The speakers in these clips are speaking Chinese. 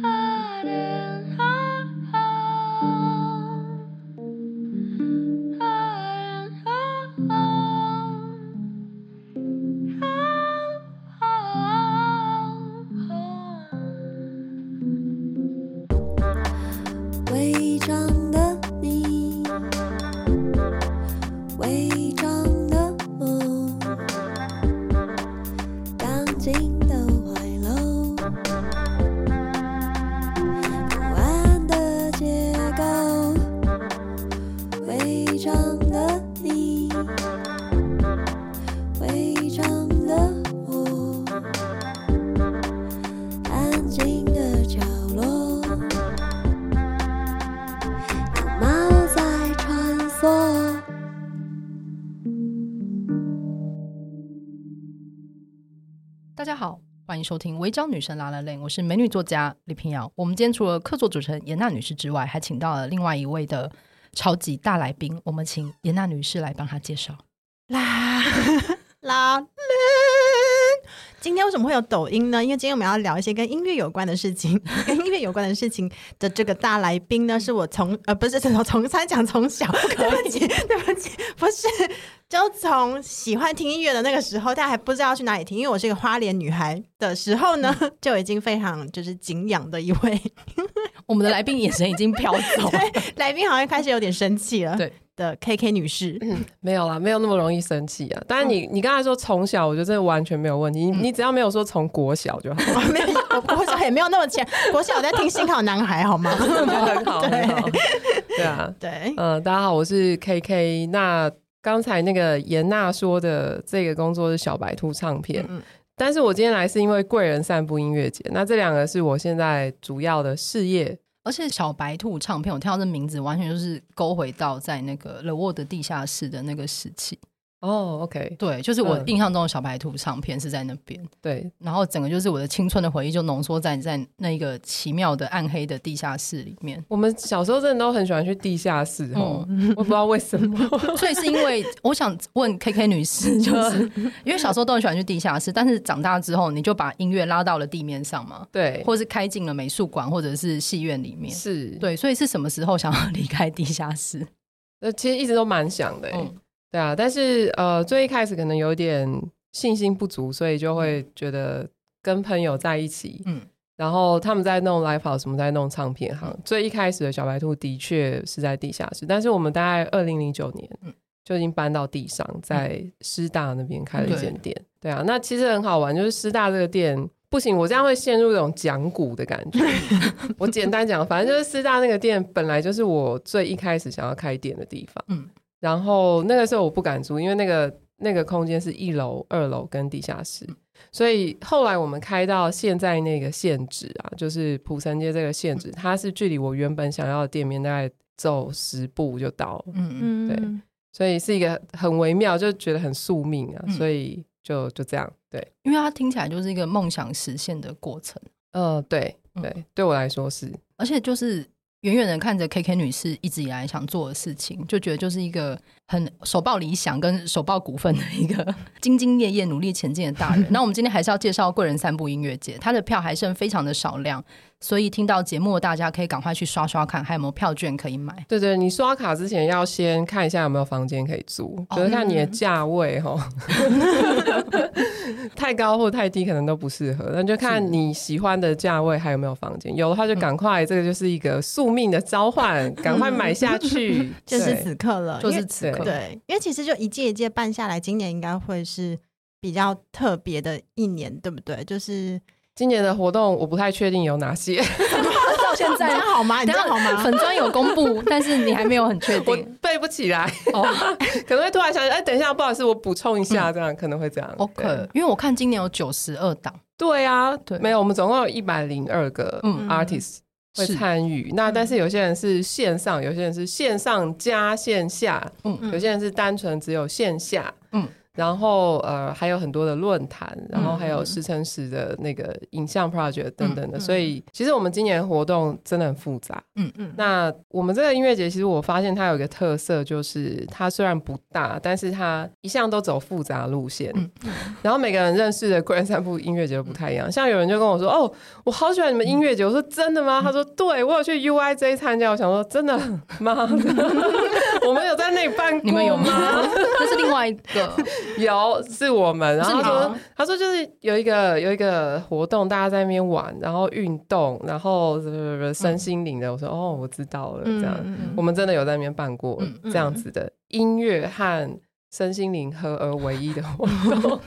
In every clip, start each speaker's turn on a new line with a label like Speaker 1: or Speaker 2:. Speaker 1: 하른 하하 하른 하하
Speaker 2: 伪装的你，伪装的我，钢筋的怀楼，不安的结构，伪装的你，伪装的我，安静的角落。猫在穿梭。
Speaker 3: 大家好，欢迎收听《违章女神拉拉链》，我是美女作家李平遥。我们今天除了客座主持人严娜女士之外，还请到了另外一位的超级大来宾，我们请严娜女士来帮她介绍。
Speaker 4: 啦啦啦！今天为什么会有抖音呢？因为今天我们要聊一些跟音乐有关的事情， 跟音乐有关的事情的这个大来宾呢，是我从呃不是从从三讲从小，对不起对不起，不是，就从喜欢听音乐的那个时候，大家还不知道去哪里听，因为我是一个花莲女孩的时候呢，就已经非常就是敬仰的一位
Speaker 3: 我们的来宾眼神已经飘走了，
Speaker 4: 来宾，好像开始有点生气了，
Speaker 3: 对
Speaker 4: 的 K K 女士，
Speaker 5: 没有啦，没有那么容易生气啊。但是你、你刚才说从小，我觉得真的完全没有问题。你、你只要没有说从国小 就好，
Speaker 4: 我哦没有，我国小也没有那么浅，国小我在听《新好男孩》好吗？
Speaker 5: 我觉得很好，很好。 对啊，
Speaker 4: 对，
Speaker 5: 嗯、大家好，我是 KK。那刚才那个严娜说的这个工作是小白兔唱片，
Speaker 4: 嗯
Speaker 5: 但是我今天来是因为贵人散步音乐节。那这两个是我现在主要的事业。
Speaker 3: 而且小白兔唱片，我听到这名字，完全就是勾回到在那个勒沃的地下室的那个时期。
Speaker 5: 哦，OK、o k
Speaker 3: 对，就是我
Speaker 5: 嗯
Speaker 3: 印象中的小白兔唱片是在那边，
Speaker 5: 对，
Speaker 3: 然后整个就是我的青春的回忆就浓缩在在那一个奇妙的暗黑的地下室里面。
Speaker 5: 我们小时候真的都很喜欢去地下室哦，我不知道为什么。
Speaker 3: 所以是因为我想问 K K 女士，就是因为小时候都很喜欢去地下室，但是长大之后你就把音乐拉到了地面上嘛，
Speaker 5: 对，
Speaker 3: 或是开进了美术馆或者是戏院里面。
Speaker 5: 是，对，
Speaker 3: 对，所以是什么时候想要离开地下室？
Speaker 5: 那其实一直都蛮想的、欸。
Speaker 3: 嗯
Speaker 5: 对啊，但是呃，最一开始可能有点信心不足，所以就会觉得跟朋友在一起，
Speaker 3: 嗯嗯
Speaker 5: 嗯，然后他们在弄 live house，我们在弄唱片行。最一开始的小白兔的确是在地下室，但是我们大概二零零九年，
Speaker 3: 嗯
Speaker 5: 就已经搬到地上，在师大那边开了一间
Speaker 3: 对
Speaker 5: 店。对啊，那其实很好玩，就是师大这个店。不行，我这样会陷入一种讲古的感 觉。我简单讲，反正就是师大那个店本来就是我最一开始想要开店的地方。然后那个时候我不敢租，因为那个那个空间是一楼、二楼跟地下室，
Speaker 3: 嗯
Speaker 5: 所以后来我们开到现在那个限制啊，就是蒲城街这个限制，它是距离我原本想要的店面大概走十步就到了，
Speaker 3: 嗯，
Speaker 4: 嗯
Speaker 5: 对所以是一个很微妙，就觉得很宿命啊，
Speaker 3: 嗯
Speaker 5: 所以就就这样，对，
Speaker 3: 因为它听起来就是一个梦想实现的过程，
Speaker 5: 呃，对
Speaker 3: 嗯
Speaker 5: 对，对我来说是，
Speaker 3: 而且就是远远的看着 K K 女士一直以来想做的事情，就觉得就是一个很手抱理想跟手抱股份的一个 兢兢业业努力前进的大人。那我们今天还是要介绍贵人散步音乐节，它的票还剩非常的少量，所以听到节目的大家可以赶快去刷刷看，还有没有票券可以买。
Speaker 5: 对对，你刷卡之前要先看一下有没有房间可以租，
Speaker 3: 哦
Speaker 5: 就是看你的价位哈，太高或太低可能都不适合，那就看你喜欢的价位还有没有房间，有的话就赶快，这个就是一个宿命的召唤，赶快买下去，
Speaker 4: 就是
Speaker 5: 对
Speaker 4: 此刻了，
Speaker 3: 就
Speaker 4: 哦因
Speaker 3: 是
Speaker 4: 为
Speaker 3: 此刻，
Speaker 4: 对，因为其实就一届一届办下来，今年应该会是比较特别的一年，对不对？就是
Speaker 5: 今年的活动我不太确定有哪些，
Speaker 3: 到现
Speaker 4: 这样好吗？你
Speaker 3: 等
Speaker 4: 这样好
Speaker 3: 下
Speaker 4: 吗？
Speaker 3: 粉砖有公布，但是你还没有很确
Speaker 5: 我
Speaker 3: 定
Speaker 5: 背不起来，
Speaker 3: 哦。
Speaker 5: 可能会突然想起，哎，等一下，不好意思，我补充一下，这样可能会这样。
Speaker 3: OK，
Speaker 5: 对
Speaker 3: 因为我看今年有九十二档，
Speaker 5: 对啊，
Speaker 3: 对
Speaker 5: 没有，我们总共有一百零二个
Speaker 3: 嗯
Speaker 5: artist 会
Speaker 3: 是
Speaker 5: 参与。那但是有些人是线上，有些人是线上加线下，
Speaker 3: 嗯
Speaker 5: 有些人是单纯只有线下。
Speaker 3: 嗯
Speaker 5: 嗯，然后呃还有很多的论坛，然后
Speaker 3: 嗯
Speaker 5: 还有师城史的那个影像 project 等等的，所以其实我们今年活动真的很复杂。
Speaker 3: 嗯
Speaker 4: 嗯
Speaker 5: 那我们这个音乐节其实我发现它有一个特色，就是它虽然不大，但是它一向都走复杂路线。
Speaker 3: 嗯
Speaker 5: 然后每个人认识的 Grand 三部音乐节都不太一样，像有人就跟我说：“哦，我好喜欢你们音乐节。”我说：“真的吗？”他说：“对，我有去 UIJ 参加。”我想说：“真的吗？ 我们有在那里办过
Speaker 3: 你们有吗？ 这是另外一个，
Speaker 5: 有，是我们。然后他
Speaker 3: 是你
Speaker 5: 说
Speaker 3: 们，
Speaker 5: 他说就是有一个有一个活动，大家在那边玩，然后运动，然后什么什么什么身心灵的。我说哦，我知道了，这样。嗯我们真的有在那边办过
Speaker 3: 嗯
Speaker 5: 这样子的音乐和身心灵合而为一的活 动，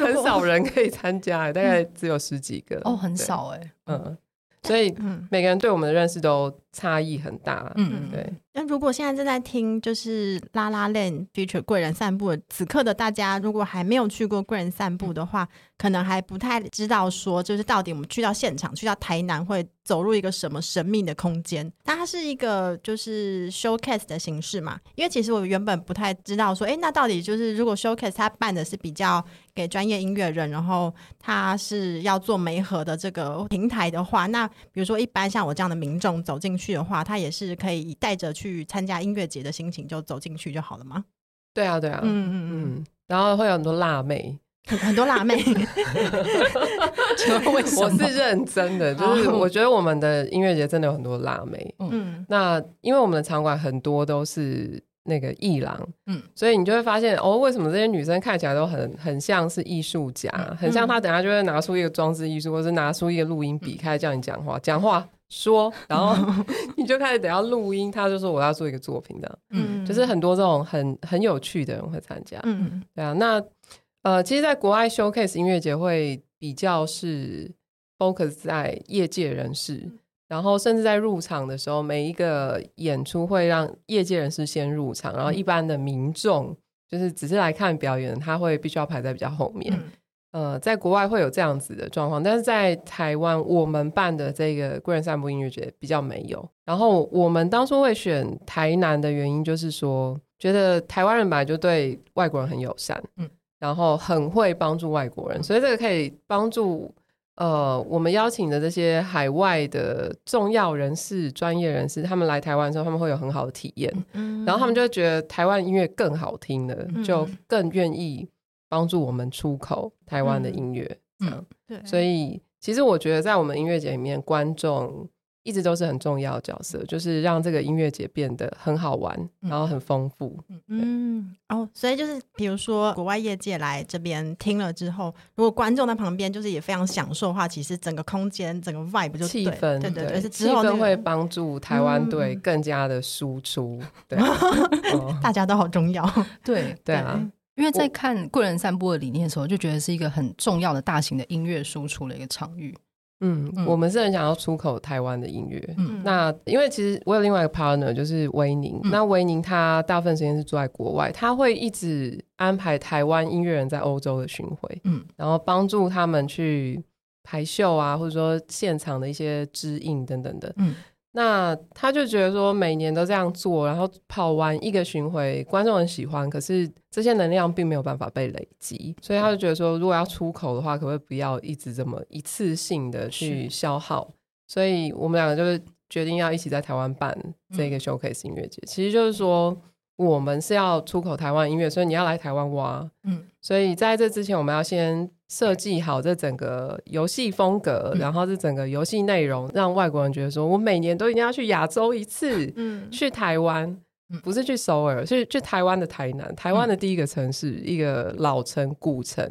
Speaker 5: 很少人可以参加，大概只有十几个
Speaker 3: 嗯哦，很
Speaker 5: 对
Speaker 3: 少哎、
Speaker 5: 嗯，所以
Speaker 4: 嗯，
Speaker 5: 每个人对我们的认识都差异很大。
Speaker 3: 嗯，
Speaker 5: 对，
Speaker 4: 那如果现在正在听就是拉拉链 feature 贵人散步，此刻的大家如果还没有去过贵人散步的话，可能还不太知道说，就是到底我们去到现场，去到台南会走入一个什么神秘的空间。但它是一个就是 showcase 的形式嘛，因为其实我原本不太知道说，诶，那到底就是如果 showcase 它办的是比较给专业音乐人，然后它是要做媒合的这个平台的话，那比如说一般像我这样的民众走进去的话，他也是可以带着去参加音乐节的心情就走进去就好了吗？
Speaker 5: 对啊，对啊，嗯
Speaker 4: 嗯嗯
Speaker 5: 嗯，然后会有很多辣妹。
Speaker 4: 嗯，很多辣妹，
Speaker 3: 请问 为什么？哦
Speaker 5: 我是认真的，就是我觉得我们的音乐节真的有很多辣妹。
Speaker 4: 嗯
Speaker 5: 那因为我们的场馆很多都是那个艺廊，
Speaker 3: 嗯
Speaker 5: 嗯，所以你就会发现哦，为什么这些女生看起来都很很像是艺术家，
Speaker 3: 嗯
Speaker 5: 很像她等下就会拿出一个装置艺术，或是拿出一个录音笔开始叫你讲
Speaker 3: 嗯
Speaker 5: 话，讲话说，然后你就开始等下录音，她就说我要做一个作品的，
Speaker 3: 嗯
Speaker 5: 就是很多这种很很有趣的人会参加，
Speaker 4: 嗯
Speaker 5: 对啊，那呃，其实，在国外 showcase 音乐节会比较是 focus 在业界人士，然后甚至在入场的时候，每一个演出会让业界人士先入场，然后一般的民众就是只是来看表演，他会必须要排在比较后面。呃，在国外会有这样子的状况，但是在台湾我们办的这个贵人散步音乐节比较没有。然后我们当初会选台南的原因，就是说觉得台湾人本来就对外国人很友善，
Speaker 3: 嗯
Speaker 5: 嗯，然后很会帮助外国人，所以这个可以帮助呃我们邀请的这些海外的重要人士、专业人士，他们来台湾的时候，他们会有很好的体验。
Speaker 4: 嗯
Speaker 5: 然后他们就会觉得台湾音乐更好听了，
Speaker 4: 嗯
Speaker 5: 就更愿意帮助我们出口台湾的音乐。
Speaker 3: 嗯
Speaker 5: 这样，
Speaker 4: 对，
Speaker 5: 所以其实我觉得在我们音乐节里面，观众一直都是很重要的角色，就是让这个音乐节变得很好玩，
Speaker 3: 嗯
Speaker 5: 然后很丰富。
Speaker 4: 嗯哦，所以就是比如说国外业界来这边听了之后，如果观众在旁边就是也非常享受的话，其实整个空间整个 vibe 就
Speaker 5: 气
Speaker 4: 对
Speaker 5: 氛
Speaker 4: 对对对，是
Speaker 5: 气
Speaker 4: 之后那
Speaker 5: 氛
Speaker 4: 个
Speaker 5: 会帮助台湾队
Speaker 4: 嗯
Speaker 5: 更加的输出， 对，哦
Speaker 4: 大家都好重要，
Speaker 3: 对，
Speaker 5: 对啊，
Speaker 3: 因为在看《贵人散步》的理念的时候，就觉得是一个很重要的大型的音乐输出的一个场域。
Speaker 5: 嗯
Speaker 3: 嗯，
Speaker 5: 我们是很想要出口台湾的音乐，
Speaker 3: 嗯
Speaker 5: 那因为其实我有另外一个 partner 就是威宁，
Speaker 3: 嗯
Speaker 5: 那威宁他大部分时间是住在国外，他会一直安排台湾音乐人在欧洲的巡回，
Speaker 3: 嗯
Speaker 5: 嗯，然后帮助他们去排秀啊，或者说现场的一些指引等等的，
Speaker 3: 嗯
Speaker 5: 嗯。那他就觉得说，每年都这样做，然后跑完一个巡回，观众很喜欢，可是这些能量并没有办法被累积，所以他就觉得说，如果要出口的话，可不可以不要一直这么一次性的去消耗？所以我们两个就是决定要一起在台湾办这个 showcase 音乐节。其实就是说，我们是要出口台湾音乐，所以你要来台湾挖。
Speaker 3: 嗯
Speaker 5: 嗯，所以在这之前，我们要先设计好这整个游戏风格，
Speaker 3: 嗯
Speaker 5: 然后这整个游戏内容，让外国人觉得说，我每年都一定要去亚洲一次，
Speaker 4: 嗯
Speaker 5: 去台湾
Speaker 3: 嗯。
Speaker 5: 不是去首尔，是去台湾的台南，台湾的第一个城市，一个老城古城。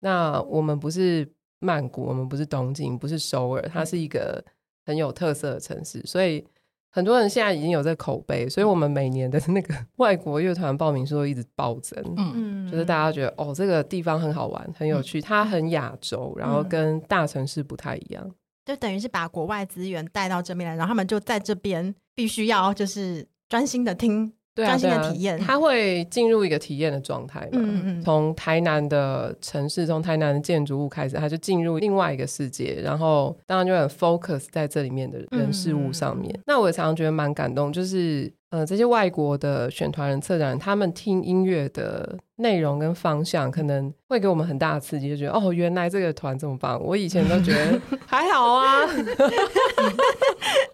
Speaker 5: 那我们不是曼谷，我们不是东京，不是首
Speaker 3: 嗯
Speaker 5: 尔，它是一个很有特色的城市，所以很多人现在已经有这个口碑，
Speaker 3: 嗯
Speaker 5: 所以我们每年的那个外国乐团报名数都一直暴增，
Speaker 3: 嗯
Speaker 4: 嗯
Speaker 5: 就是大家觉得哦，这个地方很好玩，很有趣，它很亚洲，然
Speaker 3: 嗯
Speaker 5: 后跟大城市不太一样。
Speaker 4: 就等于是把国外资源带到这边来，然后他们就在这边必须要就是专心的听，
Speaker 5: 对啊，
Speaker 4: 专心
Speaker 5: 对
Speaker 4: 的
Speaker 5: 啊
Speaker 4: 体验
Speaker 5: 它会进入一个体验的状态嘛。
Speaker 4: 嗯嗯嗯，
Speaker 5: 从台南的城市，从台南的建筑物开始，它就进入另外一个世界，然后当然就很 focus 在这里面的人事物上
Speaker 4: 嗯
Speaker 5: 面。那我也常常觉得蛮感动，就是呃，这些外国的选团人、策展人，他们听音乐的内容跟方向，可能会给我们很大的刺激，就觉得哦，原来这个团这么棒。我以前都觉 得 还好啊，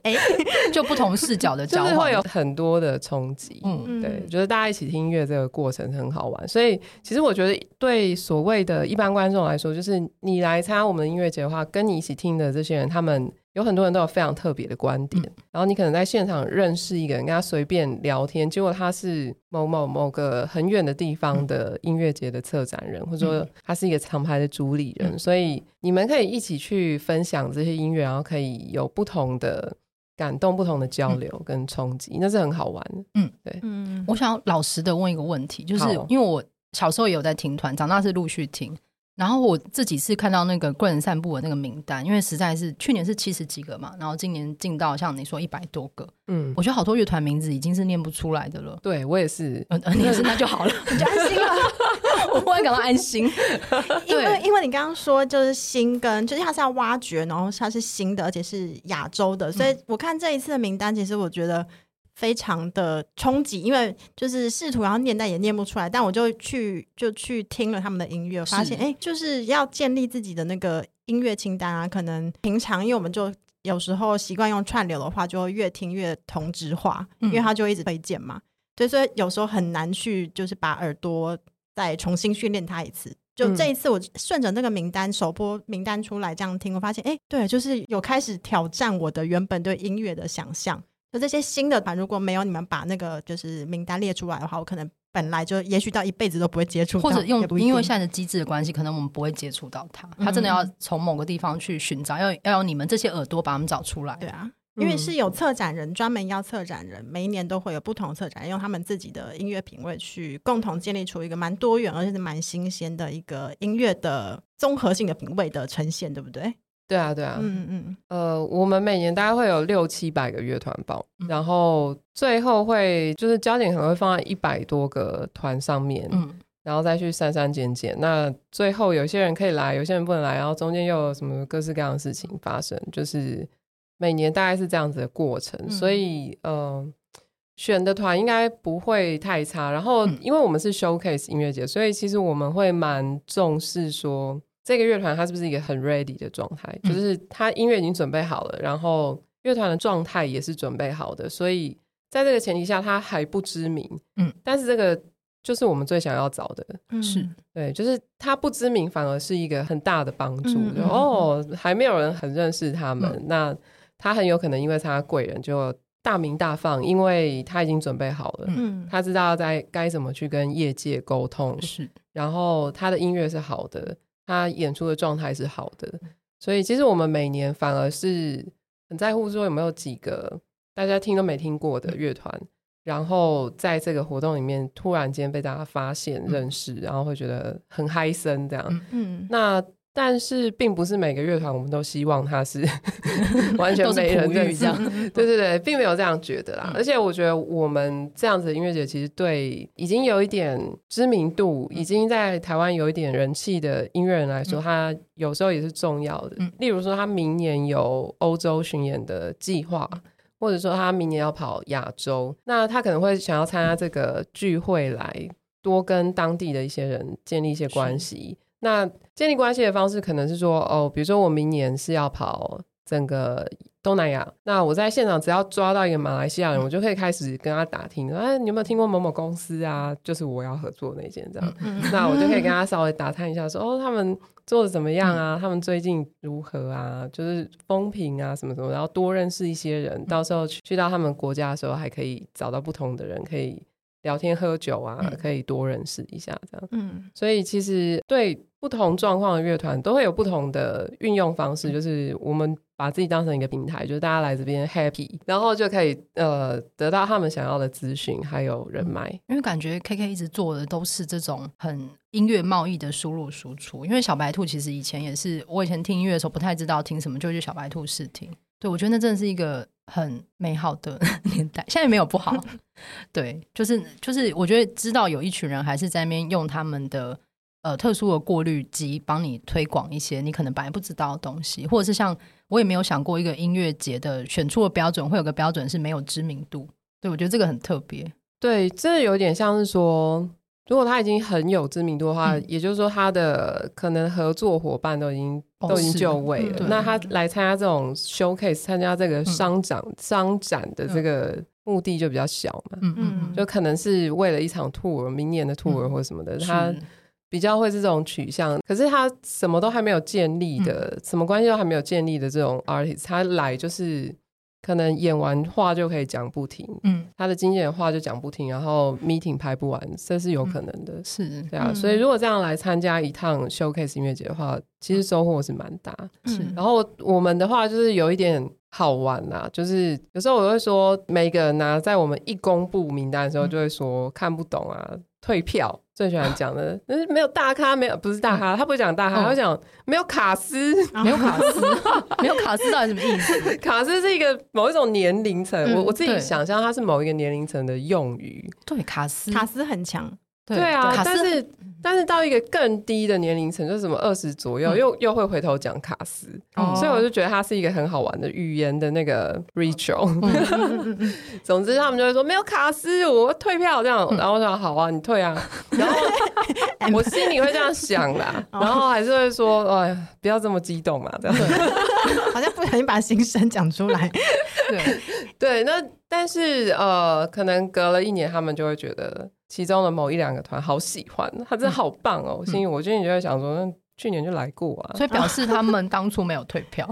Speaker 4: 哎，
Speaker 3: 就不同视角的
Speaker 5: 就
Speaker 3: 交
Speaker 5: 是会有
Speaker 3: 换。
Speaker 5: 很多的冲击。
Speaker 3: 嗯，
Speaker 4: 嗯
Speaker 5: 对，觉得大家一起听音乐这个过程很好玩，所以其实我觉得对所谓的一般观众来说，就是你来参加我们的音乐节的话，跟你一起听的这些人，他们有很多人都有非常特别的观点，然后你可能在现场认识一个人，跟他随便聊天，结果他是某某某个很远的地方的音乐节的策展人，或者说他是一个厂牌的主理人，所以你们可以一起去分享这些音乐，然后可以有不同的。感动不同的
Speaker 3: 嗯
Speaker 5: 交流跟冲击，那是很好玩的。
Speaker 4: 嗯，
Speaker 3: 我想老实的问一个问题，就是
Speaker 5: 好
Speaker 3: 因为我小时候也有在听团，长大是陆续听。然后我这几次看到那个贵人散步的那个名单，因为实在是去年是七十几个嘛，然后今年进到像你说一百多个，
Speaker 5: 嗯，
Speaker 3: 我觉得好多乐团名字已经是念不出来的了。
Speaker 5: 对我也是，
Speaker 3: 嗯、呃，你是那就好了，
Speaker 4: 就安心了。
Speaker 3: 我忽然感到安心。
Speaker 4: 因为
Speaker 3: 对
Speaker 4: 因为你刚刚说就是新跟，就是它是要挖掘，然后它是新的，而且是亚洲的，所
Speaker 3: 嗯
Speaker 4: 以我看这一次的名单，其实我觉得非常的冲击，因为就是试图然后念，但也念不出来，但我就去就去听了他们的音乐，发现
Speaker 3: 是
Speaker 4: 哎，就是要建立自己的那个音乐清单啊，可能平常因为我们就。有时候习惯用串流的话，就会越听越同质化，
Speaker 3: 嗯
Speaker 4: 因为它就会一直推荐嘛。对，所以有时候很难去就是把耳朵再重新训练它一次。就
Speaker 5: 嗯
Speaker 4: 这一次，我顺着那个名单首播名单出来这样听，我发现哎，诶对，就是有开始挑战我的原本对音乐的想象。就这些新的版，如果没有你们把那个就是名单列出来的话，我可能本来就也许到一辈子都不会接触到，
Speaker 3: 或者用
Speaker 4: 也不一定
Speaker 3: 因为现在的机制的关系，可能我们不会接触到它，
Speaker 4: 嗯
Speaker 3: 它真的要从某个地方去寻找，要要有你们这些耳朵把它们找出来。
Speaker 4: 对啊，因为是
Speaker 3: 嗯
Speaker 4: 有策展人专门要策展人，每一年都会有不同策展人用他们自己的音乐品味去共同建立出一个蛮多元而且是蛮新鲜的一个音乐的综合性的品味的呈现，对不对？
Speaker 5: 对啊，对啊，
Speaker 4: 嗯嗯
Speaker 5: 呃，我们每年大概会有六七百个乐团报，
Speaker 3: 嗯
Speaker 5: 然后最后会就是焦点可能会放在一百多个团上面，
Speaker 3: 嗯，
Speaker 5: 然后再去删删减减。那最后有些人可以来，有些人不能来，然后中间又有什么各式各样的事情发生，就是每年大概是这样子的过程。
Speaker 3: 嗯
Speaker 5: 所以，嗯、选的团应该不会太差。然后
Speaker 3: 嗯，
Speaker 5: 因为我们是 showcase 音乐节，所以其实我们会蛮重视说这个乐团它是不是一个很 ready 的状态，
Speaker 3: 嗯
Speaker 5: 就是它音乐已经准备好了，然后乐团的状态也是准备好的，所以。在这个前提下，它还不知名，
Speaker 3: 嗯，
Speaker 5: 但是这个就是我们最想要找的，
Speaker 4: 嗯，
Speaker 3: 是
Speaker 5: 对，就是他不知名，反而是一个很大的帮助。
Speaker 4: 嗯
Speaker 5: 就
Speaker 4: 嗯
Speaker 5: 哦，还没有人很认识他们，那他很有可能因为他贵人就大名大放，因为他已经准备好了，
Speaker 3: 嗯
Speaker 4: 嗯
Speaker 5: 他知道在该怎么去跟业界沟通，
Speaker 3: 是，
Speaker 5: 然后他的音乐是好的，他演出的状态是好的，
Speaker 3: 嗯
Speaker 5: 所以其实我们每年反而是很在乎说有没有几个大家听都没听过的
Speaker 3: 嗯
Speaker 5: 乐团，然后在这个活动里面突然间被大家发现、
Speaker 3: 嗯
Speaker 5: 认识，然后会觉得很嗨森这样。
Speaker 3: 嗯
Speaker 4: 嗯，
Speaker 5: 那但是并不是每个乐团我们都希望它是 完全
Speaker 3: 都是
Speaker 5: 没人
Speaker 3: 璞
Speaker 5: 认
Speaker 3: 玉
Speaker 5: 识
Speaker 3: 这样。
Speaker 5: 对对对，并没有这样觉得啦。
Speaker 3: 嗯
Speaker 5: 而且我觉得我们这样子的音乐节，其实对已经有一点知名度，已经在台湾有一点人气的音乐人来说，
Speaker 3: 嗯
Speaker 5: 它有时候也是重要的。
Speaker 3: 嗯
Speaker 5: 例如说，他明年有欧洲巡演的计划。或者说他明年要跑亚洲，那他可能会想要参加这个聚会来多跟当地的一些人建立一些关系。那建立关系的方式可能是说，哦，比如说我明年是要跑整个东南亚，那我在现场只要抓到一个马来西亚
Speaker 4: 嗯
Speaker 5: 人，我就可以开始跟他打听，哎，你有没有听过某某公司啊？就是我要合作那间这样，
Speaker 4: 嗯嗯
Speaker 5: 那我就可以跟他稍微打探一下说，哦，他们做的怎么样啊？他们最近如何啊？就是风评啊什么什么，然后多认识一些人，
Speaker 4: 嗯
Speaker 5: 到时候去去到他们国家的时候，还可以找到不同的人，可以聊天喝酒啊，
Speaker 3: 嗯
Speaker 5: 可以多认识一下这样。
Speaker 4: 嗯
Speaker 5: 所以其实对不同状况的乐团都会有不同的运用方
Speaker 3: 嗯
Speaker 5: 式，就是我们把自己当成一个平台，就是大家来这边 happy，然后就可以呃得到他们想要的资讯还有
Speaker 3: 嗯
Speaker 5: 人脉。
Speaker 3: 因为感觉 K K 一直做的都是这种很音乐贸易的输入输出。因为小白兔其实以前也是，我以前听音乐的时候不太知道听什么，就去小白兔试听。对我觉得那真的是一个很美好的 年代，现在也没有不好。对，就是就是，我觉得知道有一群人还是在那边用他们的呃特殊的过滤机帮你推广一些你可能本来不知道的东西，或者是像我也没有想过一个音乐节的选出的标准会有个标准是没有知名度。对，我觉得这个很特别。
Speaker 5: 对，这有点像是说，如果他已经很有知名度的话，
Speaker 3: 嗯
Speaker 5: 也就是说他的可能合作伙伴都已经、
Speaker 3: 哦
Speaker 5: 都已经
Speaker 3: 是
Speaker 5: 就位了，
Speaker 3: 对嗯
Speaker 5: 那他来参加这种 showcase，参加这个商展、商展的这个目的就比较小嘛，
Speaker 3: 嗯嗯
Speaker 5: 就可能是为了一场 tour，明年的 tour
Speaker 3: 嗯
Speaker 5: 或什么的，
Speaker 3: 嗯，
Speaker 5: 他
Speaker 3: 是
Speaker 5: 比较会是这种取向。可是他什么都还没有建立的，
Speaker 3: 嗯
Speaker 5: 什么关系都还没有建立的这种 artist，他来就是可能演完话就可以讲不停，
Speaker 3: 嗯
Speaker 5: 他的经纪人话就讲不停，然后 meeting 排不完，这是有
Speaker 3: 嗯
Speaker 5: 可能的。
Speaker 3: 是
Speaker 5: 对啊，
Speaker 4: 嗯
Speaker 5: 所以如果这样来参加一趟 showcase 音乐节的话，其
Speaker 3: 嗯
Speaker 5: 实收获是蛮大。
Speaker 3: 是
Speaker 5: 然后我们的话就是有一点好玩啦，就是有时候我会说，每个人呢、在我们一公布名单的
Speaker 3: 嗯
Speaker 5: 时候，就会说看不懂啊，退票。最喜欢 讲的，但是没有大咖，没有不是大咖，他不会讲大咖，
Speaker 3: 嗯
Speaker 5: 他会讲没有卡斯，
Speaker 3: 没有卡斯， 没有卡斯到底什么意思？
Speaker 5: 卡斯是一个某一种年龄层，我
Speaker 4: 嗯
Speaker 5: 我自己
Speaker 3: 嗯对
Speaker 5: 想象它是某一个年龄层的用语，
Speaker 3: 对，卡斯，
Speaker 4: 卡斯 很强，
Speaker 3: 对
Speaker 5: 对啊，
Speaker 3: 卡
Speaker 5: 但
Speaker 3: 斯
Speaker 5: 是但是到一个更低的年龄层，就是什么二十左右，
Speaker 3: 嗯
Speaker 5: 又又会回头讲卡斯，
Speaker 3: 哦
Speaker 5: 所以我就觉得它是一个很好玩的语言的那个 ritual。
Speaker 3: 嗯
Speaker 5: 总 之，他们就会说没有卡斯，我退票这样，然后我想好啊，你 退啊，然后我心里会这样想啦，
Speaker 3: 哦
Speaker 5: 然后还是会说，哎呀，不要这么激动嘛，这样。
Speaker 4: 好像不小心把心声讲出来。
Speaker 3: 对，
Speaker 5: 对，那但是呃，可能隔了一年，他们就会觉得其中的某一两个团好喜欢，他
Speaker 3: 嗯
Speaker 5: 真的好棒哦。心里我今年就会想说，嗯去年就来过啊。
Speaker 3: 所以表示他们当初没有退票，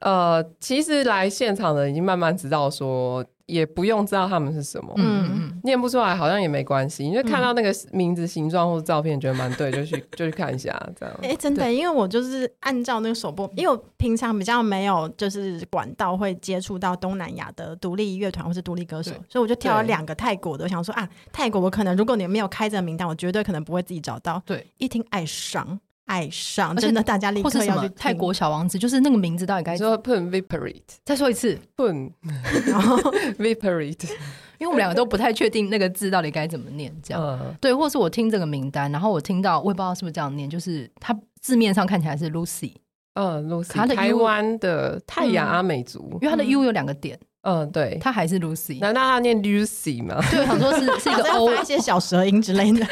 Speaker 5: 呃，其实来现场的已经慢慢知道说，也不用知道他们是什么。
Speaker 3: 嗯
Speaker 5: 念不出来好像也没关系，因为看到那个名字、形状或者照片，觉得蛮对，就去就去看一下这样。
Speaker 4: 哎、真的，因为我就是按照那个首播，因为我平常比较没有就是管道会接触到东南亚的独立乐团或是独立歌手
Speaker 3: 对，
Speaker 4: 所以我就挑了
Speaker 5: 对
Speaker 4: 两个泰国的，我想说啊，泰国我可能如果你没有开这个名单，我绝对可能不会自己找到。
Speaker 3: 对，
Speaker 4: 一听爱上，爱上，
Speaker 3: 而且
Speaker 4: 真的大家立
Speaker 3: 或
Speaker 4: 刻
Speaker 3: 是什
Speaker 4: 要去
Speaker 3: 么
Speaker 4: 听
Speaker 3: 泰国小王子，就是那个名字到底该
Speaker 5: 你说 pun viperate
Speaker 3: 再说一次，
Speaker 5: pun
Speaker 4: 然后
Speaker 5: viperate，
Speaker 3: 因为我们两个都不太确定那个字到底该怎么念，这样。
Speaker 5: 嗯，
Speaker 3: 对，或是我听这个名单，然后我听到我也不知道是不是这样念，就是它字面上看起来是 Lucy，
Speaker 5: 嗯
Speaker 3: 他的 U-
Speaker 5: ，Lucy，台湾的泰雅阿美族
Speaker 3: 因，为它的
Speaker 4: 嗯
Speaker 3: U 有两个点，
Speaker 5: 嗯，对，
Speaker 3: 它还是 Lucy。
Speaker 5: 难道他念 Lucy 吗？
Speaker 3: 对，我想说是是一
Speaker 4: 好
Speaker 3: 个
Speaker 4: 像
Speaker 3: O，
Speaker 4: 发一些小舌音之 类的，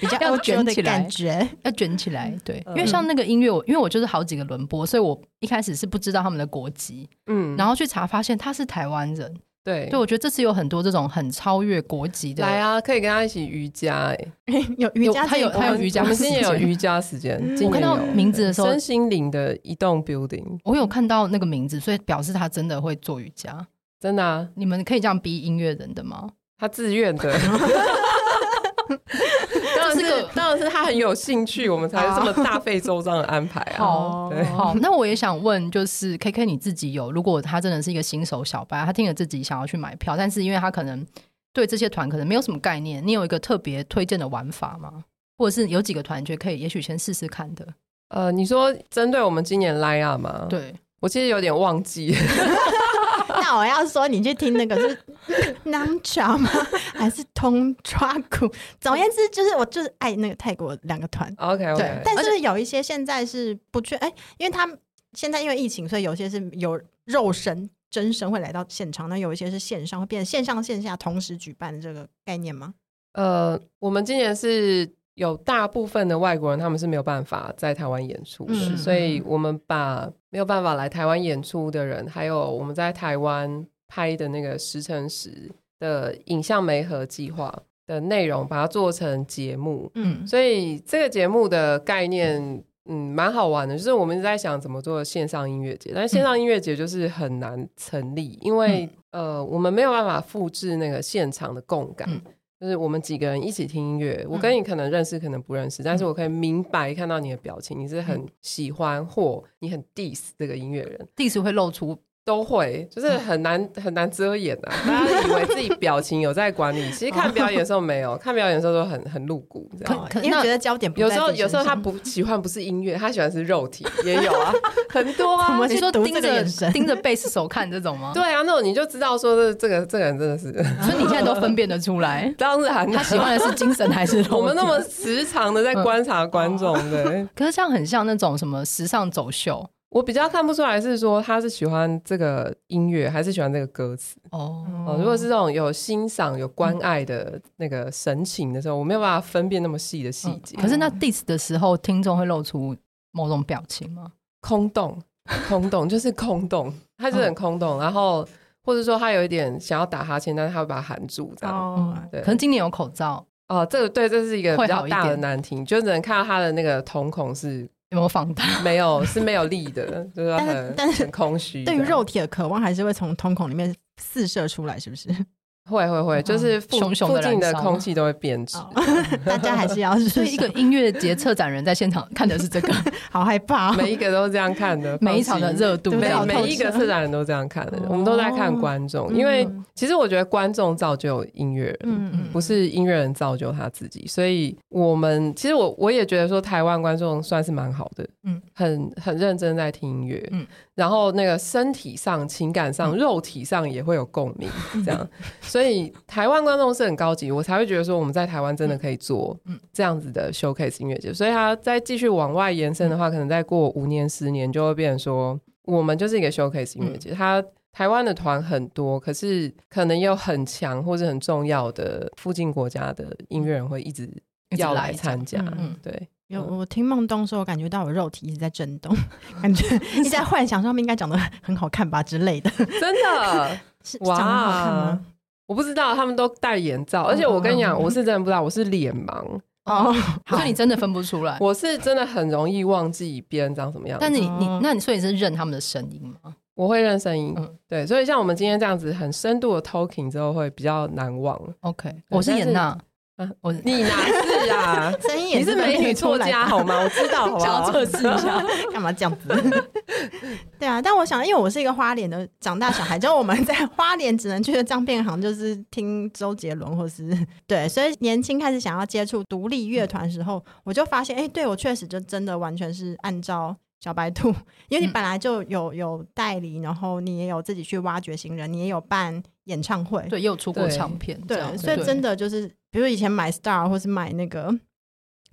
Speaker 3: 比较
Speaker 4: 要
Speaker 3: 要
Speaker 4: 卷
Speaker 3: 卷
Speaker 4: 的
Speaker 3: 起来
Speaker 4: 感，觉。
Speaker 3: 要卷起来。对，因
Speaker 5: 嗯
Speaker 3: 为像那个音乐，我因为我就是好几个轮播，所以我一开始是不知道他们的国籍，
Speaker 5: 嗯，
Speaker 3: 然后去查发现他是台湾人。
Speaker 5: 对
Speaker 3: 对，我觉得这次有很多这种很超越国籍的，
Speaker 5: 来啊，可以跟他一起瑜伽哎，
Speaker 4: 有瑜伽
Speaker 3: 有他
Speaker 4: 这一
Speaker 3: 有
Speaker 4: 国，
Speaker 3: 他有瑜伽
Speaker 5: 我们
Speaker 3: 时
Speaker 5: 今年
Speaker 3: 间嗯
Speaker 5: 有瑜伽时间，今
Speaker 3: 我看
Speaker 5: 年
Speaker 3: 到
Speaker 5: 有
Speaker 3: 名字的时候
Speaker 5: 身心灵的移动 building，
Speaker 3: 我有看到那个名字，所以表示他真的会做瑜伽。
Speaker 5: 真的啊，
Speaker 3: 你们可以这样逼音乐人的吗？
Speaker 5: 他自愿 的。
Speaker 3: 哦
Speaker 5: 当然
Speaker 3: 这是
Speaker 5: 是
Speaker 3: 个，
Speaker 5: 当然是他很有兴趣，我们才这么大费周章的安排啊。
Speaker 3: 好好，那我也想问，就是 K K 你自己有，如果他真的是一个新手小白，他听了自己想要去买票，但是因为他可能对这些团可能没有什么概念，你有一个特别推荐的玩法吗？或者是有几个团觉得可以，也许先试试看的？
Speaker 5: 呃，你说针对我们今年 line up 吗？，
Speaker 3: 对，
Speaker 5: 我其实有点忘记，
Speaker 4: 那我要说，你去听那个是南桥吗？还是通抓鼓？总而言之，就是我就是爱那个泰国两个团，
Speaker 5: OK
Speaker 3: 对
Speaker 5: OK，
Speaker 4: 但是有一些现在是不确，哎、因为他们现在因为疫情，所以有些是有肉身真身会来到现场，那有一些是线上会变线上线下同时举办的这个概念吗？
Speaker 5: 呃，我们今年是有大部分的外国人，他们是没有办法在台湾演出的，
Speaker 4: 嗯
Speaker 5: 所以我们把没有办法来台湾演出的人，还有我们在台湾拍的那个十乘十的影像媒合计划的内容，把它做成节目。
Speaker 4: 嗯
Speaker 5: 所以这个节目的概念，嗯，蛮好玩的，就是我们一直在想怎么做线上音乐节，但是线上音乐节就是很难成立，因为、呃，我们没有办法复制那个现场的共感。
Speaker 3: 嗯
Speaker 5: 就是我们几个人一起听音乐，我跟你可能认识，可能不认识，但是我可以明白看到你的表情，你是很喜欢或你很 diss 这个音乐人，
Speaker 3: 第一次会露出
Speaker 5: 都会，就是很难很难遮掩啊！大家以为自己表情有在管理，其实看表演的时候没有，看表演的时候都很很露骨，这样。
Speaker 3: 可可
Speaker 4: 哦因为
Speaker 3: 那
Speaker 4: 觉得焦点不
Speaker 5: 有
Speaker 4: 在
Speaker 5: 时候，
Speaker 4: 自己
Speaker 5: 有时候
Speaker 4: 身
Speaker 5: 他
Speaker 4: 上
Speaker 5: 不喜欢不是音乐，他喜欢是肉体，也有 啊，很多啊。
Speaker 4: 我
Speaker 3: 你
Speaker 4: 是
Speaker 3: 说
Speaker 4: 读
Speaker 3: 盯
Speaker 4: 这个
Speaker 3: 着
Speaker 4: 眼 神
Speaker 3: 盯着贝斯手看这种吗？
Speaker 5: 对，啊，那种你就知道说这这个这个人真的是，，
Speaker 3: 所以你现在都分辨得出来
Speaker 5: 当然啊
Speaker 3: 他喜欢的是精神还是肉体嗯哦
Speaker 5: 我们那么时常的在观察观众，对，
Speaker 3: 可是这样很像那种什么时尚走秀，
Speaker 5: 我比较看不出来是说他是喜欢这个音乐，还是喜欢这个歌词。
Speaker 3: 哦，
Speaker 5: 哦，如果是这种有欣赏、有关爱的那个神情的时候，我没有办法分辨那么细的细
Speaker 3: 嗯
Speaker 5: 节。
Speaker 3: 可是那 diss 的时候，听众会露出某种表情吗？
Speaker 5: 空洞，空洞就是空洞，他就是很
Speaker 3: 嗯
Speaker 5: 空洞。然后或者说他有一点想要打哈欠，但是他会把它含住这样。
Speaker 4: 哦，
Speaker 5: 对，
Speaker 3: 可能今年有口罩，
Speaker 5: 哦，这个对，这是一个比
Speaker 3: 会好
Speaker 5: 较
Speaker 3: 一
Speaker 5: 大的
Speaker 3: 点
Speaker 5: 难题，就只能看到他的那个瞳 孔是
Speaker 3: 有没有放大？
Speaker 5: 没有是没有力的，就是
Speaker 4: 但是
Speaker 5: 很
Speaker 4: 但是
Speaker 5: 很空虚这
Speaker 4: 对
Speaker 5: 样。
Speaker 4: 于肉体的渴望还是会从瞳孔里面四射出来，是不是？
Speaker 5: 会会会，就是附
Speaker 3: 熊熊
Speaker 5: 附
Speaker 3: 的
Speaker 5: 近的
Speaker 3: 燃烧
Speaker 5: 空气都会变质。
Speaker 4: 哦 大家还是要
Speaker 3: 所
Speaker 4: 是
Speaker 3: 以一个音乐节策展人在现场看的是这个
Speaker 4: 好害怕哦、
Speaker 5: 每一个都这样看的，
Speaker 3: 每一场的
Speaker 5: 放心
Speaker 3: 热度，
Speaker 4: 对
Speaker 5: 每
Speaker 4: 好
Speaker 3: 每
Speaker 5: 每
Speaker 4: 透
Speaker 5: 一个
Speaker 4: 彻
Speaker 5: 策展人都这样看的
Speaker 4: 哦，
Speaker 5: 我们都在看观众，因为其实我觉得观众造就音乐人，
Speaker 4: 嗯嗯
Speaker 5: 不是音乐人造就他自己，所以我们其实我我也觉得说台湾观众算是蛮好的，
Speaker 3: 嗯
Speaker 5: 嗯，很很认真在听音乐，
Speaker 3: 嗯
Speaker 5: 嗯，然后那个身体上、情感上、肉体上也会有共鸣，这样，所以台湾观众是很高级，我才会觉得说我们在台湾真的可以做
Speaker 3: 嗯
Speaker 5: 这样子的 showcase 音乐节，所以它再继续往外延伸的话，可能再过五年、十年就会变成说我们就是一个 showcase 音乐节，它台湾的团很多，可是可能有很强或者很重要的附近国家的音乐人会一直
Speaker 3: 一直
Speaker 5: 要来
Speaker 3: 这样
Speaker 5: 参加。
Speaker 4: 嗯
Speaker 3: 嗯
Speaker 5: 对，
Speaker 4: 有我听梦东说，我感觉到我肉体一直在震动， 感觉一直在幻想上面应该长得很好看吧之类的。
Speaker 5: 真的
Speaker 4: 是 长得好看
Speaker 5: 哇哦
Speaker 4: 吗？！
Speaker 5: 我不知道他们都戴眼罩，而且我跟你讲，我是真的不知道，我是脸盲，
Speaker 4: 哦，
Speaker 3: 所以你真的分不出来。
Speaker 5: 我是真的很容易忘记别人长什么样子。
Speaker 3: 哎 但是你你
Speaker 4: 哦
Speaker 3: 那你所以是认他们的声音吗？
Speaker 5: 我会认声音，
Speaker 3: 嗯
Speaker 5: 对，所以像我们今天这样子很深度的 talking 之后，会比较难忘。
Speaker 3: OK，我是
Speaker 5: 但
Speaker 3: 严
Speaker 5: 是
Speaker 3: 娜
Speaker 5: 啊，
Speaker 3: 我
Speaker 5: 你哪是啊？
Speaker 4: 声音也
Speaker 5: 你是美女作家好吗？我知道，好不
Speaker 4: 想要
Speaker 5: 好？
Speaker 4: 测试一下， 干嘛这样子？对啊，但我想，因为我是一个花莲的长大小孩，就我们在花莲只能去的唱片行就是听周杰伦，或是对，所以年轻开始想要接触独立乐团的时候，我就发现，哎、对我确实就真的完全是按照。小白兔，因为你
Speaker 3: 嗯
Speaker 4: 本来就有有代理，然后你也有自己去挖掘新人，你也有办演唱会，
Speaker 3: 对，也有出过
Speaker 5: 对
Speaker 3: 唱片，这样
Speaker 4: 对，所以
Speaker 3: 对
Speaker 4: 真的就是，比如以前买 Star 或是买那个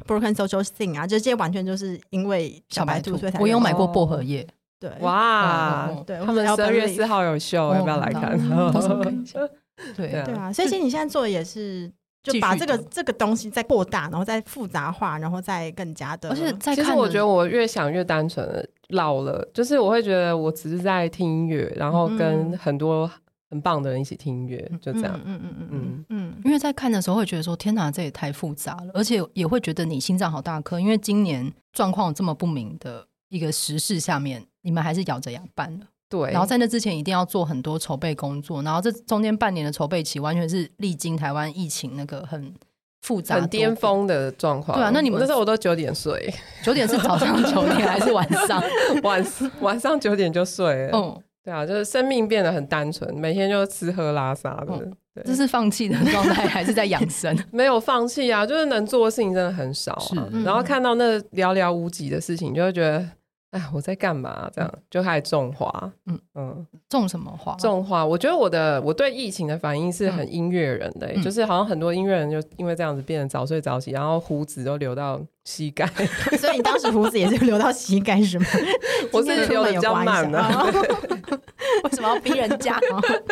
Speaker 4: Broken Social Thing 啊，就这些完全就是因为
Speaker 3: 小白
Speaker 4: 兔
Speaker 3: 兔
Speaker 4: 所以才，
Speaker 3: 我有哦
Speaker 4: 认识
Speaker 3: 买过薄荷叶，
Speaker 4: 对，
Speaker 5: 哇
Speaker 3: 哦哦哦，
Speaker 4: 对，
Speaker 5: 哎他们
Speaker 4: 我
Speaker 5: 十二月
Speaker 4: Elberly
Speaker 5: 四号有秀，
Speaker 3: 哦
Speaker 5: 要不要来看？
Speaker 3: 都是很开心对
Speaker 5: 对
Speaker 4: 对啊，所以其实你现在做的也是。就
Speaker 3: 继续
Speaker 4: 把这个
Speaker 3: 做
Speaker 4: 这个东西再扩大，然后再复杂化，然后再更加
Speaker 5: 哦
Speaker 4: 的，
Speaker 3: 而且在
Speaker 5: 其实
Speaker 3: 看
Speaker 5: 我
Speaker 3: 的
Speaker 5: 觉得我越想越单纯了，老了就是我会觉得我只是在听音乐，然后跟
Speaker 4: 嗯
Speaker 5: 很多很棒的人一起听音乐，就这样。
Speaker 4: 嗯嗯嗯嗯嗯嗯
Speaker 3: 因为在看的时候会觉得说，天哪，这也太复杂了，而且也会觉得你心脏好大颗，因为今年状况有这么不明的一个时事下面，你们还是咬着牙办了。
Speaker 5: 对，
Speaker 3: 然后在那之前一定要做很多筹备工作，然后这中间半年的筹备期完全是历经台湾疫情那个很复杂、
Speaker 5: 很巅。峰的状况。
Speaker 3: 对啊那你们
Speaker 5: 我那时候我都九点睡，
Speaker 3: 九点是早上 九点还是晚上？
Speaker 5: 晚晚上九点就睡 了。
Speaker 3: 嗯，
Speaker 5: 对啊，就是生命变得很单纯，每天就吃喝拉撒的，
Speaker 3: 嗯
Speaker 5: 对
Speaker 3: 这是放弃的状态还是在养生？
Speaker 5: 没有放弃啊，就是能做的事情真的很少、
Speaker 3: 是
Speaker 5: 啊。
Speaker 4: 嗯
Speaker 5: 然后看到那寥寥无几的事情，就会觉得，哎，我在干嘛？这
Speaker 4: 嗯
Speaker 5: 样就开始种花，
Speaker 3: 嗯
Speaker 5: 嗯嗯，
Speaker 3: 种什么
Speaker 4: 哦
Speaker 3: 花？
Speaker 5: 种花。我觉得我的我对疫情的反应是很音乐人的、欸
Speaker 3: 嗯
Speaker 5: 就是好像很多音乐人就因为这样子变得早睡早起，然后胡子都留到膝 盖。
Speaker 4: 嗯，所以你当时胡子也是留到膝盖是吗？
Speaker 5: 我
Speaker 4: 今天
Speaker 5: 是
Speaker 4: 出
Speaker 5: 留
Speaker 4: 门
Speaker 5: 的
Speaker 4: 有
Speaker 5: 比较
Speaker 4: 刮一
Speaker 5: 慢啊
Speaker 4: 下哦
Speaker 5: 的、
Speaker 3: 为什么要逼人 家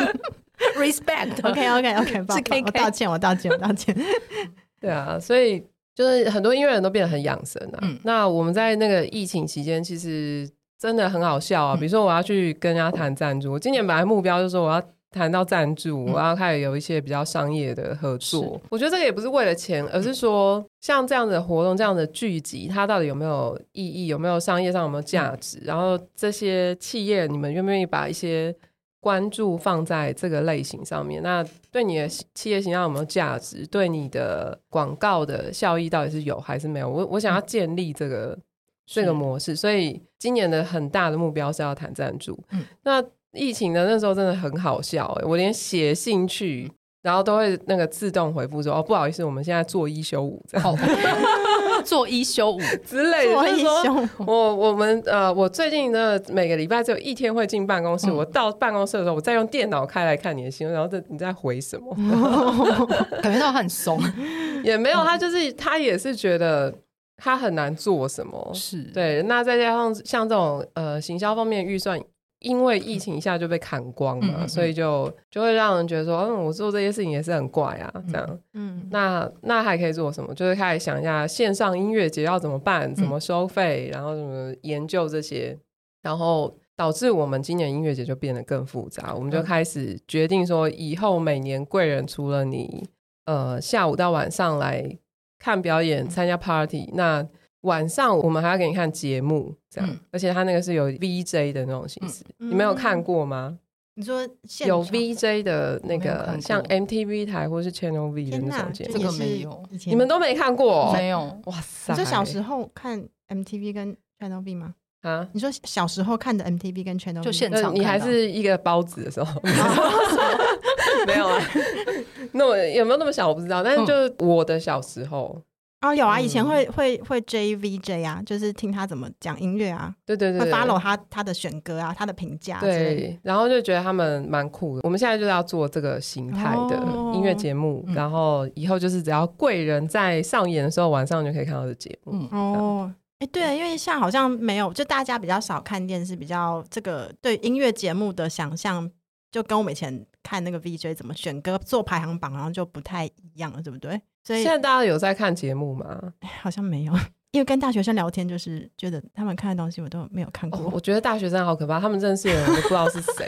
Speaker 3: ？Respect。
Speaker 4: OK OK OK，
Speaker 3: 是 KK
Speaker 4: 我道歉，我道歉，我道歉。
Speaker 5: 对啊，所以就是很多音乐人都变得很养生啊。
Speaker 3: 嗯
Speaker 5: 那我们在那个疫情期间，其实真的很好笑啊。比如说，我要去跟人家谈赞助，我今年本来目标就是说我要。谈到赞助，
Speaker 3: 嗯
Speaker 5: 我要开始有一些比较商业的合作
Speaker 3: 是。
Speaker 5: 我觉得这个也不是为了钱，而是说像这样的活动、这样的聚集，它到底有没有意义？有没有商业上有没有价值？
Speaker 3: 嗯
Speaker 5: 然后这些企业，你们愿不愿意把一些关注放在这个类型上面，那对你的企业形象有没有价值？对你的广告的效益到底是有还是没有？我我想要建立这个这个模式，所以今年的很大的目标是要谈赞助。
Speaker 3: 嗯
Speaker 5: 那疫情的那时候真的很好笑、欸，我连写信去，然后都会那个自动回复说哦不好意思，我们现在做一休五这样
Speaker 3: 哦，做一休五，
Speaker 5: 之类的，
Speaker 4: 我
Speaker 5: 就是
Speaker 4: 一
Speaker 5: 说
Speaker 4: 凶，
Speaker 5: 我我们呃，我最近呢，每个礼拜只有一天会进办公室。我到办公室的时候，我再用电脑开来看你的新闻，然后这你在回什么？
Speaker 3: 感觉到他很怂。
Speaker 5: 也没有，他就是他也是觉得它很难做什么。
Speaker 3: 是，
Speaker 5: 对，那再加上像这种呃行销方面的预算，因为疫情一下就被砍光嘛，
Speaker 3: 嗯嗯嗯
Speaker 5: 所以就就会让人觉得说，嗯，我做这些事情也是很怪啊，这样。
Speaker 4: 嗯，
Speaker 5: 那那还可以做什么？就是开始想一下线上音乐节要怎么办，
Speaker 4: 嗯
Speaker 5: 怎么收费，然后怎么研究这些，然后导致我们今年音乐节就变得更复杂。我们
Speaker 4: 嗯
Speaker 5: 就开始决定说，以后每年贵人除了你呃下午到晚上来看表
Speaker 4: 嗯
Speaker 5: 演、参加 party，那晚上我们还要给你看节目，这样，
Speaker 3: 嗯
Speaker 5: 而且它那个是有 VJ 的那种形式，
Speaker 4: 嗯
Speaker 5: 你没有看过吗？
Speaker 4: 你说现
Speaker 5: 有
Speaker 4: 场
Speaker 5: VJ 的那
Speaker 3: 我没有看
Speaker 5: 个
Speaker 3: 过
Speaker 5: 像 MTV 台或是 Channel V 的
Speaker 4: 天
Speaker 5: 那
Speaker 4: 哪，
Speaker 5: 种节目
Speaker 4: 这
Speaker 3: 这，
Speaker 4: 也
Speaker 3: 个
Speaker 4: 是
Speaker 3: 没有
Speaker 4: 以前
Speaker 5: 你们都没看过、
Speaker 3: 没有，
Speaker 5: 哇塞！
Speaker 4: 你说小时候看 MTV 跟 Channel V 吗？
Speaker 5: 啊，
Speaker 4: 你说小时候看的 MTV 跟 Channel V
Speaker 3: 就现
Speaker 5: 那
Speaker 3: 场
Speaker 5: 你还
Speaker 3: 看到
Speaker 5: 是一个包子的时 候，
Speaker 4: 哦
Speaker 5: 没有啊？ 那我有没有那么小我不知道，但是
Speaker 4: 嗯
Speaker 5: 就是我的小时候，
Speaker 4: 哦有啊，以前
Speaker 5: 嗯
Speaker 4: 会会会 J V J 啊，就是听他怎么讲音乐啊，
Speaker 5: 对对对
Speaker 4: 会
Speaker 5: 对
Speaker 4: follow 他他的选歌啊，他的评价之类的。
Speaker 5: 对，然后就觉得他们蛮酷的。我们现在就是要做这个形态的
Speaker 4: 哦
Speaker 5: 音乐节目，
Speaker 3: 嗯
Speaker 5: 然后以后就是只要贵人在上演的时候，晚上就可以看到的节目。
Speaker 3: 嗯，
Speaker 4: 哦，哎，对啊，因为现在好像没有，就大家比较少看电视，比较这个对音乐节目的想象，就跟我们以前看那个 VJ 怎么选歌、做排行榜，然后就不太一样了，对不对？所以
Speaker 5: 现在大家有在看节目吗？
Speaker 4: 哎好像没有， 因为跟大学生聊天，就是觉得他们看的东西我都没有看过。
Speaker 5: 哦， 我觉得大学生好可怕，他们认识的人我都不知道是谁，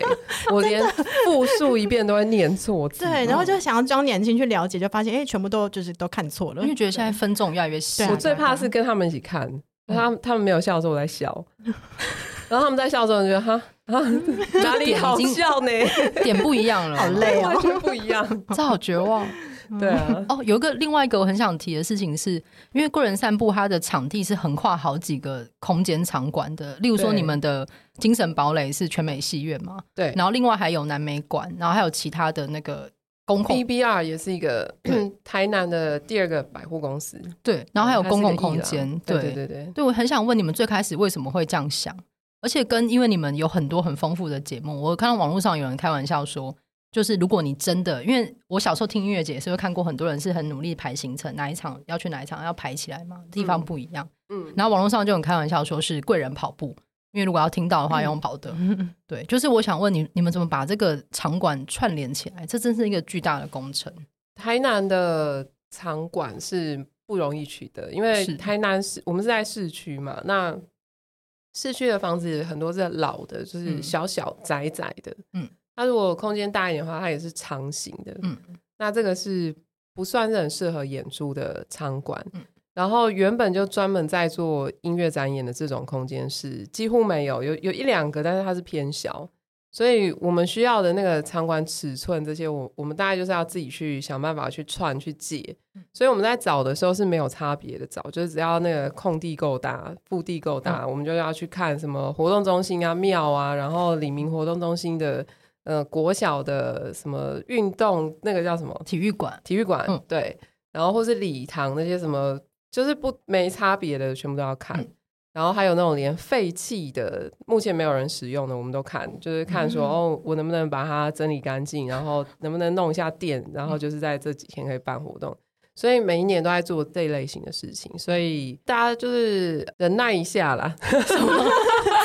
Speaker 5: 我连复述一遍都会念错字。
Speaker 4: 对，然后就想要装年轻去了解，就发现哎，全部都就是都看错了。
Speaker 3: 因为觉得现在分众越来越细
Speaker 4: 对啊，
Speaker 5: 我最怕是跟他们一起看，
Speaker 3: 嗯
Speaker 5: 他们他们没有笑的时候我在笑， 然后他们在笑的时候我就觉得哈啊哪里好笑呢？
Speaker 3: 点不一样了，
Speaker 4: 好累 哦
Speaker 5: 完全不 一样。
Speaker 3: 这好绝望。
Speaker 5: 对啊，
Speaker 3: 哦，有一个另外一个我很想提的事情是，因为贵人散步它的场地是横跨好几个空间场馆的，例如说
Speaker 5: 对
Speaker 3: 你们的精神堡垒是全美戏院嘛，
Speaker 5: 对。
Speaker 3: 然后另外还有南美馆，然后还有其他的那个公共
Speaker 5: BBR 也是 一个台南的第二个百货公司，
Speaker 3: 对，然后还有
Speaker 5: 哦它是
Speaker 3: 公共
Speaker 5: 个艺
Speaker 3: 空
Speaker 5: 廊
Speaker 3: 间，
Speaker 5: 对对对对，
Speaker 3: 对，我很想问你们最开始为什么会这样想，而且跟因为你们有很多很丰富的节目，我看到网络上有人开玩笑说，就是如果你真的，因为我小时候听音乐节也是会看过很多人是很努力排行程，哪一场要去哪一场要排起来嘛，地方不一样，
Speaker 5: 嗯，
Speaker 3: 然后网络上就很开玩笑说是贵人跑步，因为如果要听到的话要用跑 的，
Speaker 5: 嗯
Speaker 3: 对，就是我想问你，你们怎么把这个场馆串联起来？这真是一个巨大的工程，
Speaker 5: 台南的场馆是不容易取得，因
Speaker 3: 是
Speaker 5: 为台南市我们是在市区嘛，那市区的房子很多是老的，就是
Speaker 3: 嗯
Speaker 5: 小小窄窄的，
Speaker 3: 嗯
Speaker 5: 嗯，那如果空间大一点的话，它也是长形的，
Speaker 3: 嗯
Speaker 5: 嗯，那这个是不算是很适合演出的场馆，
Speaker 3: 嗯
Speaker 5: 然后原本就专门在做音乐展演的这种空间是几乎没有，有有一两个，但是它是偏小，所以我们需要的那个场馆尺寸这些，我我们大概就是要自己去想办法去串去借。所以我们在找的时候是没有差别的找，就是只要那个空地够大、腹地够大，我们就要去看什么活动中心啊、庙啊，然后李明活动中心的呃国小的什么运动那个叫什么
Speaker 3: 体育馆，
Speaker 5: 体育馆，
Speaker 3: 嗯
Speaker 5: 对，然后或是礼堂那些什么，就是不没差别的，全部都要看。
Speaker 3: 嗯
Speaker 5: 然后还有那种连废弃的，目前没有人使用的，我们都看，就是看
Speaker 3: 嗯
Speaker 5: 说、哦，我能不能把它整理干净，然后能不能弄一下店，
Speaker 3: 嗯
Speaker 5: 然后就是在这几天可以办活动。所以每一年都在做这类型的事情，所以大家就是忍耐一下啦。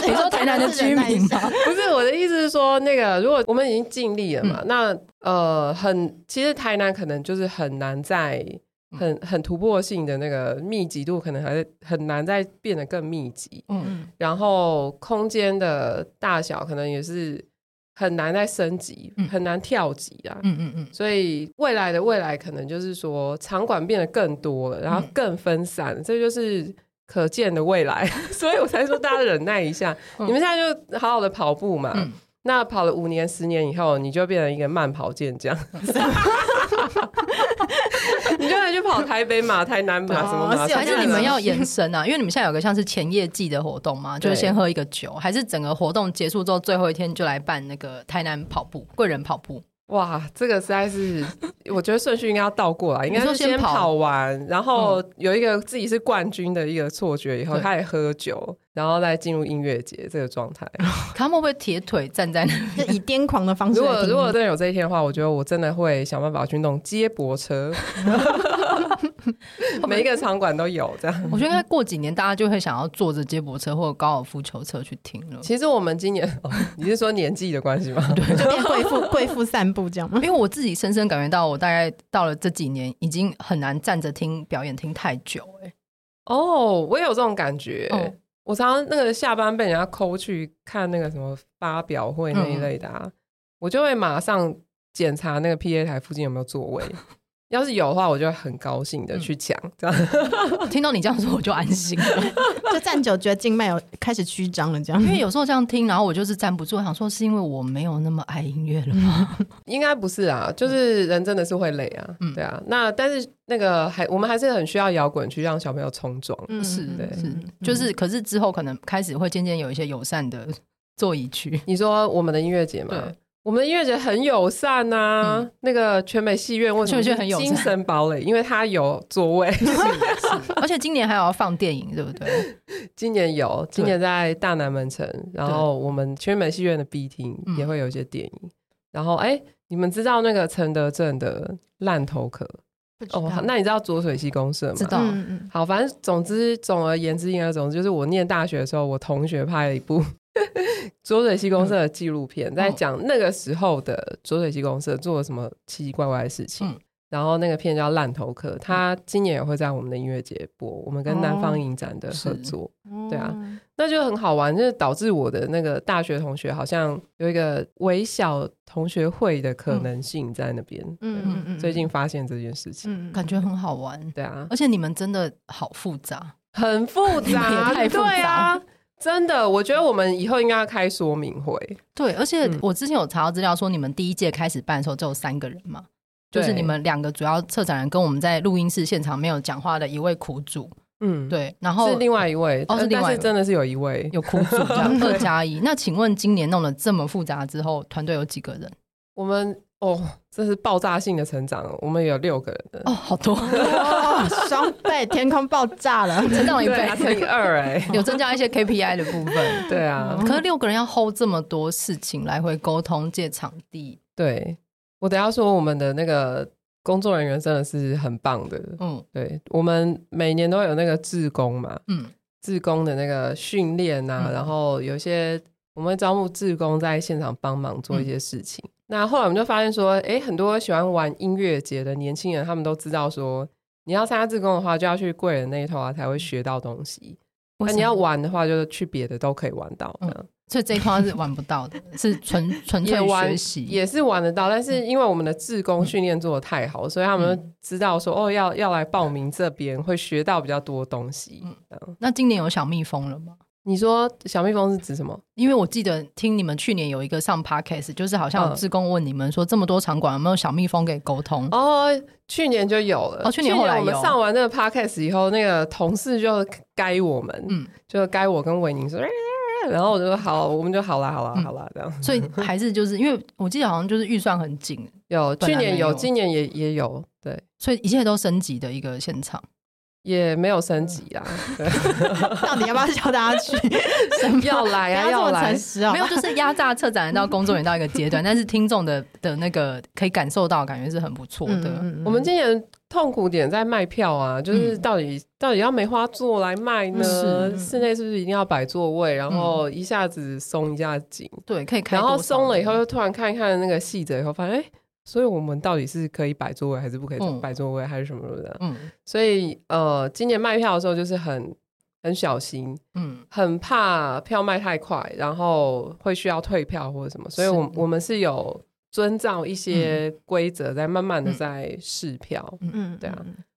Speaker 3: 你说台南的居民吗？
Speaker 5: 不是我的意思是说，那个如果我们已经尽力了嘛，那呃，很其实台南可能就是很难在很很突破性的那个密集度，可能还是很难再变得更密集，
Speaker 3: 嗯，
Speaker 5: 然后空间的大小可能也是很难再升级
Speaker 3: 嗯，
Speaker 5: 很难跳级啊。
Speaker 3: 嗯嗯嗯，
Speaker 5: 所以未来的未来，可能就是说场馆变得更多了，然后更分散，
Speaker 3: 嗯
Speaker 5: 这就是可见的未来。 所以我才说大家忍耐一下，
Speaker 3: 嗯
Speaker 5: 你们现在就好好的跑步嘛。
Speaker 3: 嗯
Speaker 5: 那跑了五年、十年以后，你就变成一个慢跑健将，
Speaker 3: 嗯
Speaker 5: 你就能去跑台北马、台南马
Speaker 4: 哦
Speaker 5: 什么马，
Speaker 4: 是有
Speaker 3: 还
Speaker 5: 什
Speaker 3: 是
Speaker 5: 么
Speaker 3: 你们
Speaker 5: 马
Speaker 3: 要延伸啊？因为你们现在有个像是前夜祭的活动嘛，就是
Speaker 5: 对
Speaker 3: 先喝一个酒，还是整个活动结束之后最后一天就来办那个台南跑步、贵人跑步？
Speaker 5: 哇，这个实在是，我觉得顺序应该要倒过来，应该
Speaker 3: 说
Speaker 5: 是
Speaker 3: 先
Speaker 5: 先
Speaker 3: 跑
Speaker 5: 跑嗯完，然后有一个自己是冠军的一个错觉，以后
Speaker 3: 对
Speaker 5: 开始喝酒，然后再进入音乐节这个状态。
Speaker 3: 他们会不会铁腿站在那 边？
Speaker 4: 就以癫狂的方式
Speaker 5: 如
Speaker 4: 来
Speaker 5: 果
Speaker 4: 听
Speaker 5: 如果真的有这一天的话，我觉得我真的会想办法去弄接驳车，每一个场馆都有这样。
Speaker 3: 我觉得应该过几年大家就会想要坐着接驳车或者高尔夫球车去听了。
Speaker 5: 其实我们今年，哦你是说年纪的关系 吗？对，
Speaker 4: 就 变贵妇贵妇散步这样吗？
Speaker 3: 因为我自己深深感觉到，我大概到了这几年，已经很难站着听表演听太久、欸。
Speaker 5: 哦，我也有这种感觉。
Speaker 3: 哦
Speaker 5: 我常常那个下班被人家抠去看那个什么发表会那一
Speaker 3: 嗯
Speaker 5: 类的、啊，我就会马上检查那个 PA 台附近有没有座 位。要是有的话，我就会很高兴
Speaker 3: 嗯
Speaker 5: 的去抢。这样，
Speaker 3: 听到你这样说，我就安心了。
Speaker 4: 就站久觉得静脉有开始曲张了 这样
Speaker 3: 因。为有时候这样听，然后我就是站不住，我想说是因为我没有那么爱音乐了吗？
Speaker 5: 应该不是啊，就是人真的是会累啊，
Speaker 3: 嗯
Speaker 5: 对啊。那但是那个还我们还是很需要摇滚去让小朋友冲撞。
Speaker 4: 嗯
Speaker 3: 是
Speaker 4: 嗯
Speaker 5: 对
Speaker 3: 是
Speaker 4: 嗯嗯，
Speaker 3: 就是，可是之后可能开始会渐渐有一些友善的 座椅区。
Speaker 5: 你说我们的音乐节嘛
Speaker 3: 对，嗯
Speaker 5: 我们的音乐节很友善呐、那个全美戏院为什
Speaker 3: 全
Speaker 5: 么
Speaker 3: 美戏院很友善
Speaker 5: 精神堡垒？因为它有座位。
Speaker 3: 而且今年还有要放电影，对不对？
Speaker 5: 今年有，今年在大南门城，然后我们全美戏院的 B 厅
Speaker 3: 嗯
Speaker 5: 也会有一些电影。然后，哎、你们知道那个陈德正的烂头壳
Speaker 4: 不知道
Speaker 5: 哦？那你哦知道浊水溪公社吗？
Speaker 3: 知道
Speaker 4: 嗯嗯，
Speaker 5: 好，反正总之，总而言之，言而总之，就是我念大学的时候，我同学拍了一部 浊水溪公社的纪录
Speaker 3: 嗯
Speaker 5: 片，在讲那个时候的浊水溪公社做了什么奇奇怪怪的事情。
Speaker 3: 嗯
Speaker 5: 然后那个片叫《烂头壳》，它今年也会在我们的音乐节播，我们
Speaker 3: 哦
Speaker 5: 跟南方影展的合
Speaker 3: 是
Speaker 5: 作。
Speaker 4: 嗯
Speaker 5: 对啊，那就很好玩，就是导致我的那个大学同学好像有一个微小同学会的
Speaker 3: 嗯
Speaker 5: 可能性在那边。
Speaker 4: 嗯嗯嗯，
Speaker 5: 最近发现这件事情，
Speaker 4: 嗯，嗯
Speaker 3: 感觉很好玩，
Speaker 5: 对啊，
Speaker 3: 而且你们真的好复杂。
Speaker 5: 很复杂，
Speaker 3: 也太复杂
Speaker 5: 对啊，真的，我觉得我们以后应该要开说明会，
Speaker 3: 对，而且
Speaker 5: 嗯
Speaker 3: 我之前有查到资料说，你们第一届开始办的时候只有三个人嘛，就是
Speaker 5: 对
Speaker 3: 你们两个主要策展人跟我们在录音室现场没有讲话的一位苦主，
Speaker 5: 嗯，，
Speaker 3: 对，然后
Speaker 5: 是另外一位，
Speaker 3: 哦
Speaker 5: 呃
Speaker 3: 是
Speaker 5: 但
Speaker 3: 另外一位
Speaker 5: 但是真的是有一位，
Speaker 3: 有苦主这样二加一。那请问今年弄得这么复杂之后，团队有几个人？
Speaker 5: 我们哦，这是爆炸性的成长，我们有六个人的，
Speaker 3: 哦，好 多，
Speaker 4: 哦，双倍天空爆炸了，
Speaker 3: 增长一
Speaker 5: 对啊，乘以
Speaker 3: 倍，
Speaker 5: 二，哎，
Speaker 3: 有增加一些 KPI 的部分。
Speaker 5: 对啊，
Speaker 3: 可是六个人要 hold 这么多事情，来回沟通、借场地，
Speaker 5: 对我等一下说我们的那个工作人员真的是很棒的，
Speaker 3: 嗯
Speaker 5: 对我们每年都有那个志工嘛，
Speaker 3: 嗯，
Speaker 5: 志工的那个训练啊，
Speaker 3: 嗯
Speaker 5: 然后有一些我们会招募志工在现场帮忙
Speaker 3: 嗯
Speaker 5: 做一些事情。那后来我们就发现说，诶，很多喜欢玩音乐节的年轻人，他们都知道说，你要参加志工的话，就要去贵人那一头啊，才会学到东西。那你要玩的话，就是去别的都可以玩到。
Speaker 3: 嗯所以这一块是玩不到的，是纯 纯
Speaker 5: 也
Speaker 3: 粹
Speaker 5: 玩
Speaker 3: 学习。嗯
Speaker 5: 也是玩得到，但是因为我们的志工训练做的太好，所以他们就知道说哦，要要来报名这边会学到比较多东西。
Speaker 3: 嗯
Speaker 5: 这样
Speaker 3: 那今年有小蜜蜂了吗？
Speaker 5: 你说小蜜蜂是指什么？
Speaker 3: 因为我记得听你们去年有一个上 podcast，就是好像有
Speaker 5: 嗯
Speaker 3: 志工问你们说，这么多场馆有没有小蜜蜂可以沟通？
Speaker 5: 哦，去年就有了。
Speaker 3: 哦去年后来
Speaker 5: 我们
Speaker 3: 有
Speaker 5: 上完那个 podcast 以后，那个同事就该我们，
Speaker 3: 嗯
Speaker 5: 就该我跟伟宁说， 然后我就说好，我们就好啦，好啦，
Speaker 3: 嗯
Speaker 5: 好啦，这样。
Speaker 3: 所以还是就是因为我记得好像就是预算很紧，
Speaker 5: 有
Speaker 3: 本
Speaker 5: 去
Speaker 3: 来
Speaker 5: 年
Speaker 3: 没有
Speaker 5: 有，今年也也有，对，
Speaker 3: 所以一切都升级的一个现场。
Speaker 5: 也没有升级 啊，对
Speaker 4: 到底要不要叫大家去？
Speaker 5: 要来啊，
Speaker 4: 不要这么
Speaker 5: 来
Speaker 4: 诚。实啊！
Speaker 3: 没有，就是压榨策展人到工作人员到一个阶 段，但是听众的的那个可以感受到，感觉是很不错
Speaker 4: 嗯，
Speaker 3: 的。
Speaker 4: 嗯嗯
Speaker 5: 我们今年痛苦点在卖票啊，就是
Speaker 3: 嗯
Speaker 5: 到底、到底要梅花座来卖呢？
Speaker 4: 是
Speaker 5: 室内是不是一定要摆座位？然后一下子松一下紧，
Speaker 3: 对，可以嗯开
Speaker 5: 然后
Speaker 3: 多少嗯
Speaker 5: 松了以后，又突然看一看那个细则以后，发现哎、诶所以我们到底是可以摆座位还是不可以
Speaker 3: 嗯
Speaker 5: 摆座位，还是什么什么的？
Speaker 3: 嗯
Speaker 5: 所以呃，今年卖票的时候就是很很小心，
Speaker 3: 嗯，
Speaker 5: 很怕票卖太快，然后会需要退票或者什么，所以我我们是有遵照一些规则，在慢慢的
Speaker 3: 嗯
Speaker 5: 在试票。
Speaker 4: 嗯，嗯
Speaker 5: 对啊，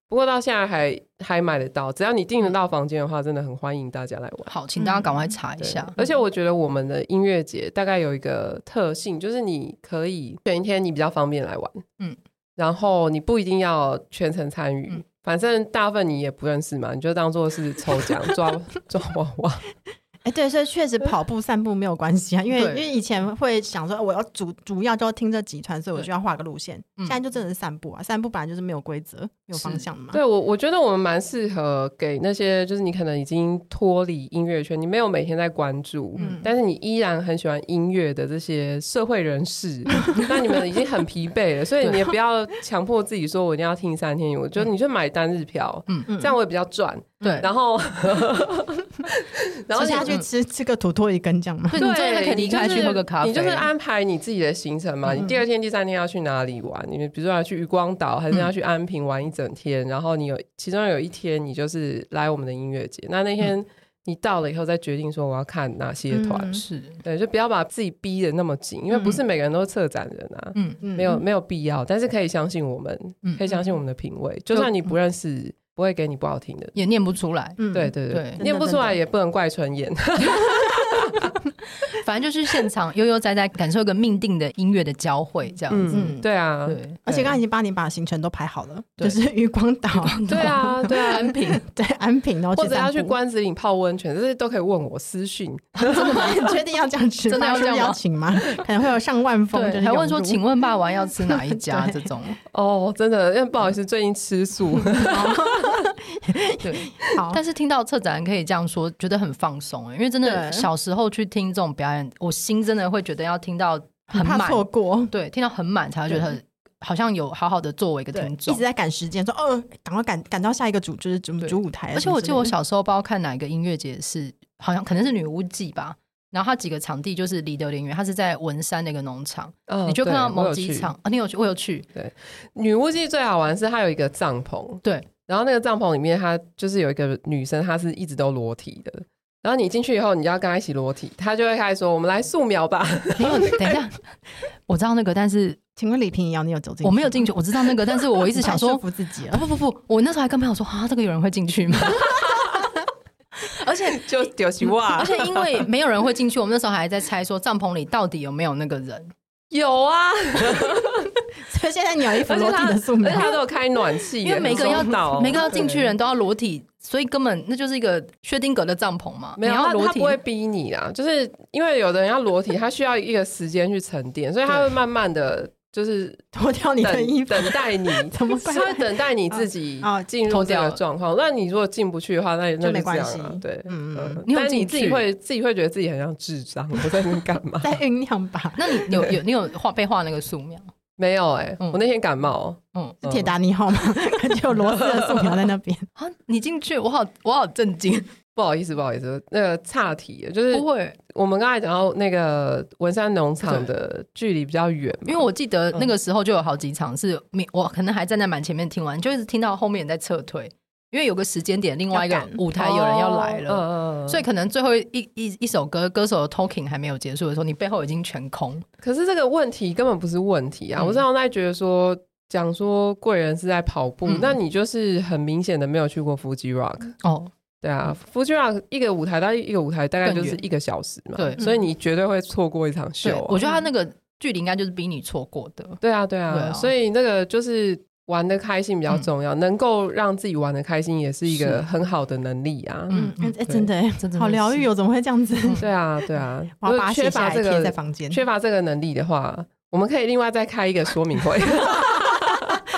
Speaker 5: 不过到现在还还买得到，只要你
Speaker 3: 嗯
Speaker 5: 订得到房间的话，真的很欢迎大家来玩。
Speaker 3: 好，请大家赶快查一
Speaker 5: 对
Speaker 3: 下。
Speaker 5: 而且我觉得我们的音乐节大概有一个特性，就是你可以选一天你比较方便来玩，嗯
Speaker 3: 嗯，
Speaker 5: 然后你不一定要全程参与，
Speaker 3: 嗯
Speaker 5: 反正大部分你也不认识嘛，你就当做是抽奖抓抓娃娃。
Speaker 4: 哎，对，所以确实跑步、散步没有关系啊，因为因
Speaker 3: 对
Speaker 4: 为以前会想说，哦我要主主要就要听这几团，所以我
Speaker 3: 对
Speaker 4: 就要画个路线。
Speaker 3: 嗯
Speaker 4: 现在就真的是散步啊，散步本来就是没有规则、没有方向的嘛。
Speaker 5: 对我，我觉得我们蛮适合给那些就是你可能已经脱离音乐圈，你没有每天在关注，
Speaker 4: 嗯
Speaker 5: 但是你依然很喜欢音乐的这些社会 人士，那你们已经很疲惫了，所以你也不要强迫自己说我一定要听三天，我觉得你就买单日票，
Speaker 3: 嗯
Speaker 5: 这样我也比较赚。
Speaker 3: 对，
Speaker 5: 然后， 然后
Speaker 4: 吃
Speaker 5: 你
Speaker 4: 下去吃吃个土托一根这样嘛。
Speaker 3: 对，你
Speaker 5: 对，
Speaker 3: 真的可以离开
Speaker 5: 你就
Speaker 3: 去
Speaker 5: 是
Speaker 3: 喝个咖啡，嗯
Speaker 5: 你就是安排你自己的行程嘛。你第二天、第三天要去哪里玩？你比如说要去渔光岛，还是要去安平玩一整天？然后你有其中有一天你就是来我们的音乐节，那那
Speaker 3: 嗯
Speaker 5: 天你到了以后再决定说我要看哪些团。
Speaker 4: 嗯
Speaker 3: 是，
Speaker 5: 对，就不要把自己逼得那么紧，因为不是每个人都是策展人啊，
Speaker 3: 嗯，
Speaker 4: 嗯
Speaker 5: 没有没有必要。但是可以相信我们，
Speaker 3: 嗯
Speaker 5: 可以相信我们的品味，就算你不认识，不会给你不好听的。
Speaker 3: 也念不出来。
Speaker 4: 嗯
Speaker 5: 对对对
Speaker 3: 对，
Speaker 5: 念不出
Speaker 4: 真的真
Speaker 5: 来
Speaker 4: 的
Speaker 5: 也不能怪纯演。
Speaker 3: 反正就是现场悠悠哉哉感受一个命定的音乐的交汇，这样子。
Speaker 5: 嗯， 对啊，
Speaker 3: 对，
Speaker 4: 而且刚才已经帮你把行程都排好了，就
Speaker 3: 对
Speaker 4: 是渔光岛，
Speaker 5: 对啊，对啊，
Speaker 3: 安平
Speaker 4: 对安平，然后
Speaker 5: 或者
Speaker 4: 散
Speaker 5: 要去
Speaker 4: 步，
Speaker 5: 关子岭泡温泉，这些都可以问我私讯。
Speaker 4: 你 确定要这样吃吗？
Speaker 3: 真的要这样吗
Speaker 4: 邀请吗？可能会有上万封，就
Speaker 3: 对，
Speaker 4: 是
Speaker 3: 还问说，
Speaker 4: 涌入
Speaker 3: 请问霸王要吃哪一家？
Speaker 4: 对
Speaker 3: 这种
Speaker 5: 哦，真的，因为不好意思，最近吃 素。
Speaker 3: 对，
Speaker 4: 好，
Speaker 3: 但是听到策展人可以这样说，觉得很放松、欸因为真的
Speaker 4: 对
Speaker 3: 小时候去听这种表演，我心真的会觉得要听到很
Speaker 4: 怕
Speaker 3: 满，
Speaker 4: 错过，
Speaker 3: 对，听到很满才会觉得好像有好好的作为一个
Speaker 4: 对，
Speaker 3: 听
Speaker 4: 一
Speaker 3: 众
Speaker 4: 直。在赶时间，说哦，赶快赶赶到下一个主，就是主
Speaker 3: 对
Speaker 4: 主舞台啊。
Speaker 3: 而且我记得我
Speaker 4: 想，
Speaker 3: 小时候不知道看哪一个音乐节是，好像可能是女巫季吧。然后它几个场地就是离得有点远，它是在文山那个农场，
Speaker 5: 嗯
Speaker 3: 你就看到某几。
Speaker 5: 对我有
Speaker 3: 场啊，你哦有去，我有 去，
Speaker 5: 去女巫记最好玩是它有一个帐篷，
Speaker 3: 对，
Speaker 5: 然后那个帐篷里面它就是有一个女生，她是一直都裸体的。然后你进去以后，你就要跟她一起裸体，她就会开始说：“我们来素 描吧。
Speaker 3: 没有，等一下，我知道那个，但是
Speaker 4: 请问李平瑶，你有走进？
Speaker 3: 我没有进，去，我知道那个，但是我一直 想说啊
Speaker 4: 太说，服自己了。
Speaker 3: 不不不不，我那时候还跟朋友说啊，这个有人会进去吗？ 而且”
Speaker 5: 就丢西袜
Speaker 3: 而，且因为没有人会进去，我们那时候还在猜说帐篷里到底有没有那个人。
Speaker 5: 有啊，
Speaker 4: 所以现在你有 一 幅
Speaker 5: 而且
Speaker 4: 裸体
Speaker 5: 她，
Speaker 4: 的素
Speaker 5: 而且
Speaker 4: 描，
Speaker 5: 她都有开暖气耶，
Speaker 3: 因为每个要
Speaker 5: 很爽到
Speaker 3: 每个要进去的人都要裸体，所以根本那就是一个薛定谔的帐篷嘛。
Speaker 5: 没有，
Speaker 3: 你要
Speaker 5: 他
Speaker 3: 裸
Speaker 5: 他
Speaker 3: 体
Speaker 5: 不会逼你啊，就是因为有的人要裸体，他需要一个时间去沉淀，所以他会慢慢的就是
Speaker 4: 脱掉你的衣
Speaker 5: 等
Speaker 4: 服，
Speaker 5: 等待你，
Speaker 4: 怎么
Speaker 5: 他
Speaker 4: 办？
Speaker 5: 会等待你 自己
Speaker 4: 啊啊
Speaker 5: 进入
Speaker 3: 哦脱
Speaker 5: 这
Speaker 3: 掉
Speaker 5: 个
Speaker 3: 了
Speaker 5: 状况。那你如果进不去的话，那那
Speaker 4: 就没
Speaker 5: 这样
Speaker 4: 关
Speaker 5: 啊
Speaker 4: 系
Speaker 5: 对，
Speaker 4: 嗯？
Speaker 5: 嗯，
Speaker 3: 你有
Speaker 5: 但是你
Speaker 3: 进
Speaker 5: 自己
Speaker 3: 去
Speaker 5: 会自己会觉得自己很像智障，我在那边干嘛
Speaker 4: 在酝酿吧。
Speaker 3: 那你有有你有画被画那个素描？
Speaker 5: 没有哎，
Speaker 3: 嗯
Speaker 5: 我那天感冒，
Speaker 3: 嗯
Speaker 4: 是铁达尼 号吗？感觉有螺丝的素描在那边。
Speaker 3: 啊，你进去，我好我好震惊，
Speaker 5: 不好意思，不好意思，那个岔题了，就是
Speaker 3: 不会，
Speaker 5: 我们刚才讲到那个文山农场的距离比较远嘛，
Speaker 3: 因为我记得那个时候就有好几场是你我可能还站在蛮前面听完，就一直听到后面人在撤退，因为有个时间点，另外一
Speaker 4: 要
Speaker 3: 个
Speaker 4: 赶
Speaker 3: 舞台有人要来了。
Speaker 5: 哦嗯嗯嗯
Speaker 3: 所以可能最后一一一首歌，歌手的 talking 还没有结束的时候，你背后已经全空。
Speaker 5: 可是这个问题根本不是问题啊！
Speaker 3: 嗯
Speaker 5: 我常常在觉得说，讲说贵人是在跑步，
Speaker 3: 嗯
Speaker 5: 那你就是很明显的没有去过 Fuji Rock，
Speaker 3: 哦，
Speaker 5: 对啊、f u j i Rock 一个舞台到一个舞台大概
Speaker 3: 更
Speaker 5: 就
Speaker 3: 远
Speaker 5: 是一个小时嘛，
Speaker 3: 对
Speaker 5: 所以你绝对会错过一场秀
Speaker 3: 对，
Speaker 5: 啊、
Speaker 3: 我觉得他那个距离应该就是比你错过的。
Speaker 5: 对啊，对啊，
Speaker 3: 对啊嗯
Speaker 5: 所以那个就是玩的开心比较重要，能够让自己玩的开心也是一个
Speaker 3: 是
Speaker 5: 很好的能力啊。
Speaker 3: 嗯，
Speaker 4: 哎
Speaker 3: 嗯，
Speaker 4: 哎真的哎
Speaker 3: 真的嗯
Speaker 4: 好疗愈哦！怎么会这样子？
Speaker 5: 对啊，对啊，
Speaker 4: 我
Speaker 5: 如果
Speaker 4: 要把它
Speaker 5: 缺
Speaker 4: 写下
Speaker 5: 乏
Speaker 4: 来
Speaker 5: 这
Speaker 4: 贴
Speaker 5: 个
Speaker 4: 在房间，
Speaker 5: 缺乏这个能力的话，我们可以另外再开一个说明会。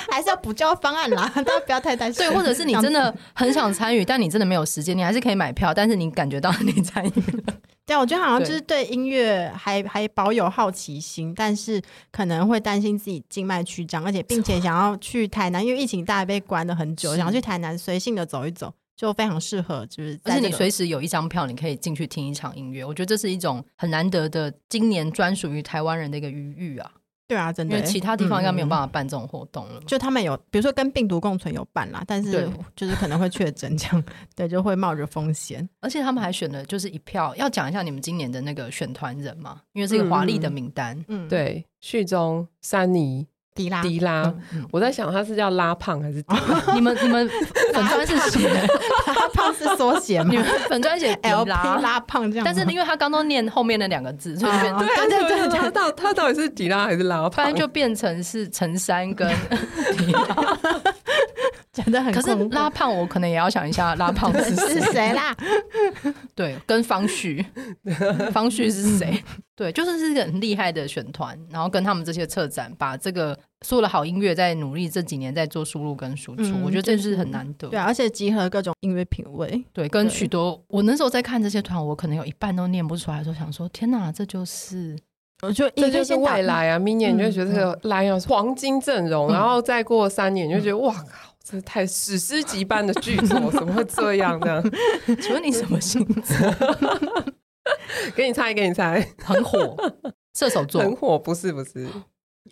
Speaker 4: 还是要补交方案 啦，大家不要太担心。
Speaker 3: 对，或者是你真的很想参与，但你真的没有时间，你还是可以买票，但是你感觉到 你参与了，
Speaker 4: 对，我觉得好像就是对音乐还还保有好奇心，但是可能会担心自己静脉曲张，而且并且想要去台南，因为疫情大家被关了很久，
Speaker 3: 是
Speaker 4: 想要去台南随性的走一走，就非常适合，就是
Speaker 3: 而
Speaker 4: 在
Speaker 3: 且
Speaker 4: 这
Speaker 3: 你
Speaker 4: 个
Speaker 3: 随时有一张票，你可以进去听一场音乐。我觉得这是一种很难得的今年专属于台湾人的一个余裕啊，
Speaker 4: 对嗯啊，真
Speaker 3: 因
Speaker 4: 的
Speaker 3: 为其他地方应该没有
Speaker 4: 法。嗯
Speaker 3: 办法办这种活动了。
Speaker 4: 就他们有，比如说跟病毒共存有办啦，但是
Speaker 3: 对
Speaker 4: 就是可能会确诊这样，对，就会冒着风险。
Speaker 3: 而且他们还选了就是一票，要讲一下你们今年的那个选团人嘛，因为是一个华丽的名单。
Speaker 4: 嗯，，
Speaker 5: 对，序中山妮、
Speaker 4: 迪拉
Speaker 5: 迪拉，
Speaker 3: 嗯嗯
Speaker 5: 我在想他是叫拉胖还是迪拉
Speaker 4: 嗯
Speaker 3: 你们你们 粉砖是写，
Speaker 4: 拉胖是缩写嘛
Speaker 3: 你们粉砖写
Speaker 4: ，LP
Speaker 3: 拉，
Speaker 4: 拉胖这样吗，
Speaker 3: 但是 因为他刚刚念后面那两个字，所以
Speaker 4: 啊
Speaker 3: 变
Speaker 4: 对对对对
Speaker 5: 他到他到底是迪拉还是拉
Speaker 3: 不
Speaker 5: 胖？
Speaker 3: 然就变成是陈山跟
Speaker 4: 真的很
Speaker 3: 可是
Speaker 4: 恐怖
Speaker 3: 拉胖，我可能也要想一下拉胖是谁
Speaker 4: 是。谁啦？
Speaker 3: 对，跟方 旭，方旭是谁？对，就是是一个很厉害的选团，然后跟他们这些策展，把这个所有的好音乐在努力这几年在做输入跟输出，
Speaker 4: 嗯
Speaker 3: 我觉得这是很难得。
Speaker 4: 对啊，而且集合各种音乐品味，
Speaker 3: 对，跟
Speaker 4: 对
Speaker 3: 许多我那时候在看这些团，我可能有一半都念不出来的时候，想说天哪，这就是
Speaker 4: 我就
Speaker 5: 这
Speaker 4: 应
Speaker 5: 就
Speaker 4: 该
Speaker 5: 是
Speaker 4: 先打
Speaker 5: 未。来啊！明年你就会觉得这个 Lion 是黄金阵容，
Speaker 3: 嗯
Speaker 5: 然后再过三年你就觉得哇靠，这太史诗级般的剧作，怎么会这样 呢？
Speaker 3: 请问你什么星座？
Speaker 5: 给你猜，给你猜，
Speaker 3: 很火，射手座。
Speaker 5: 很火，不是不是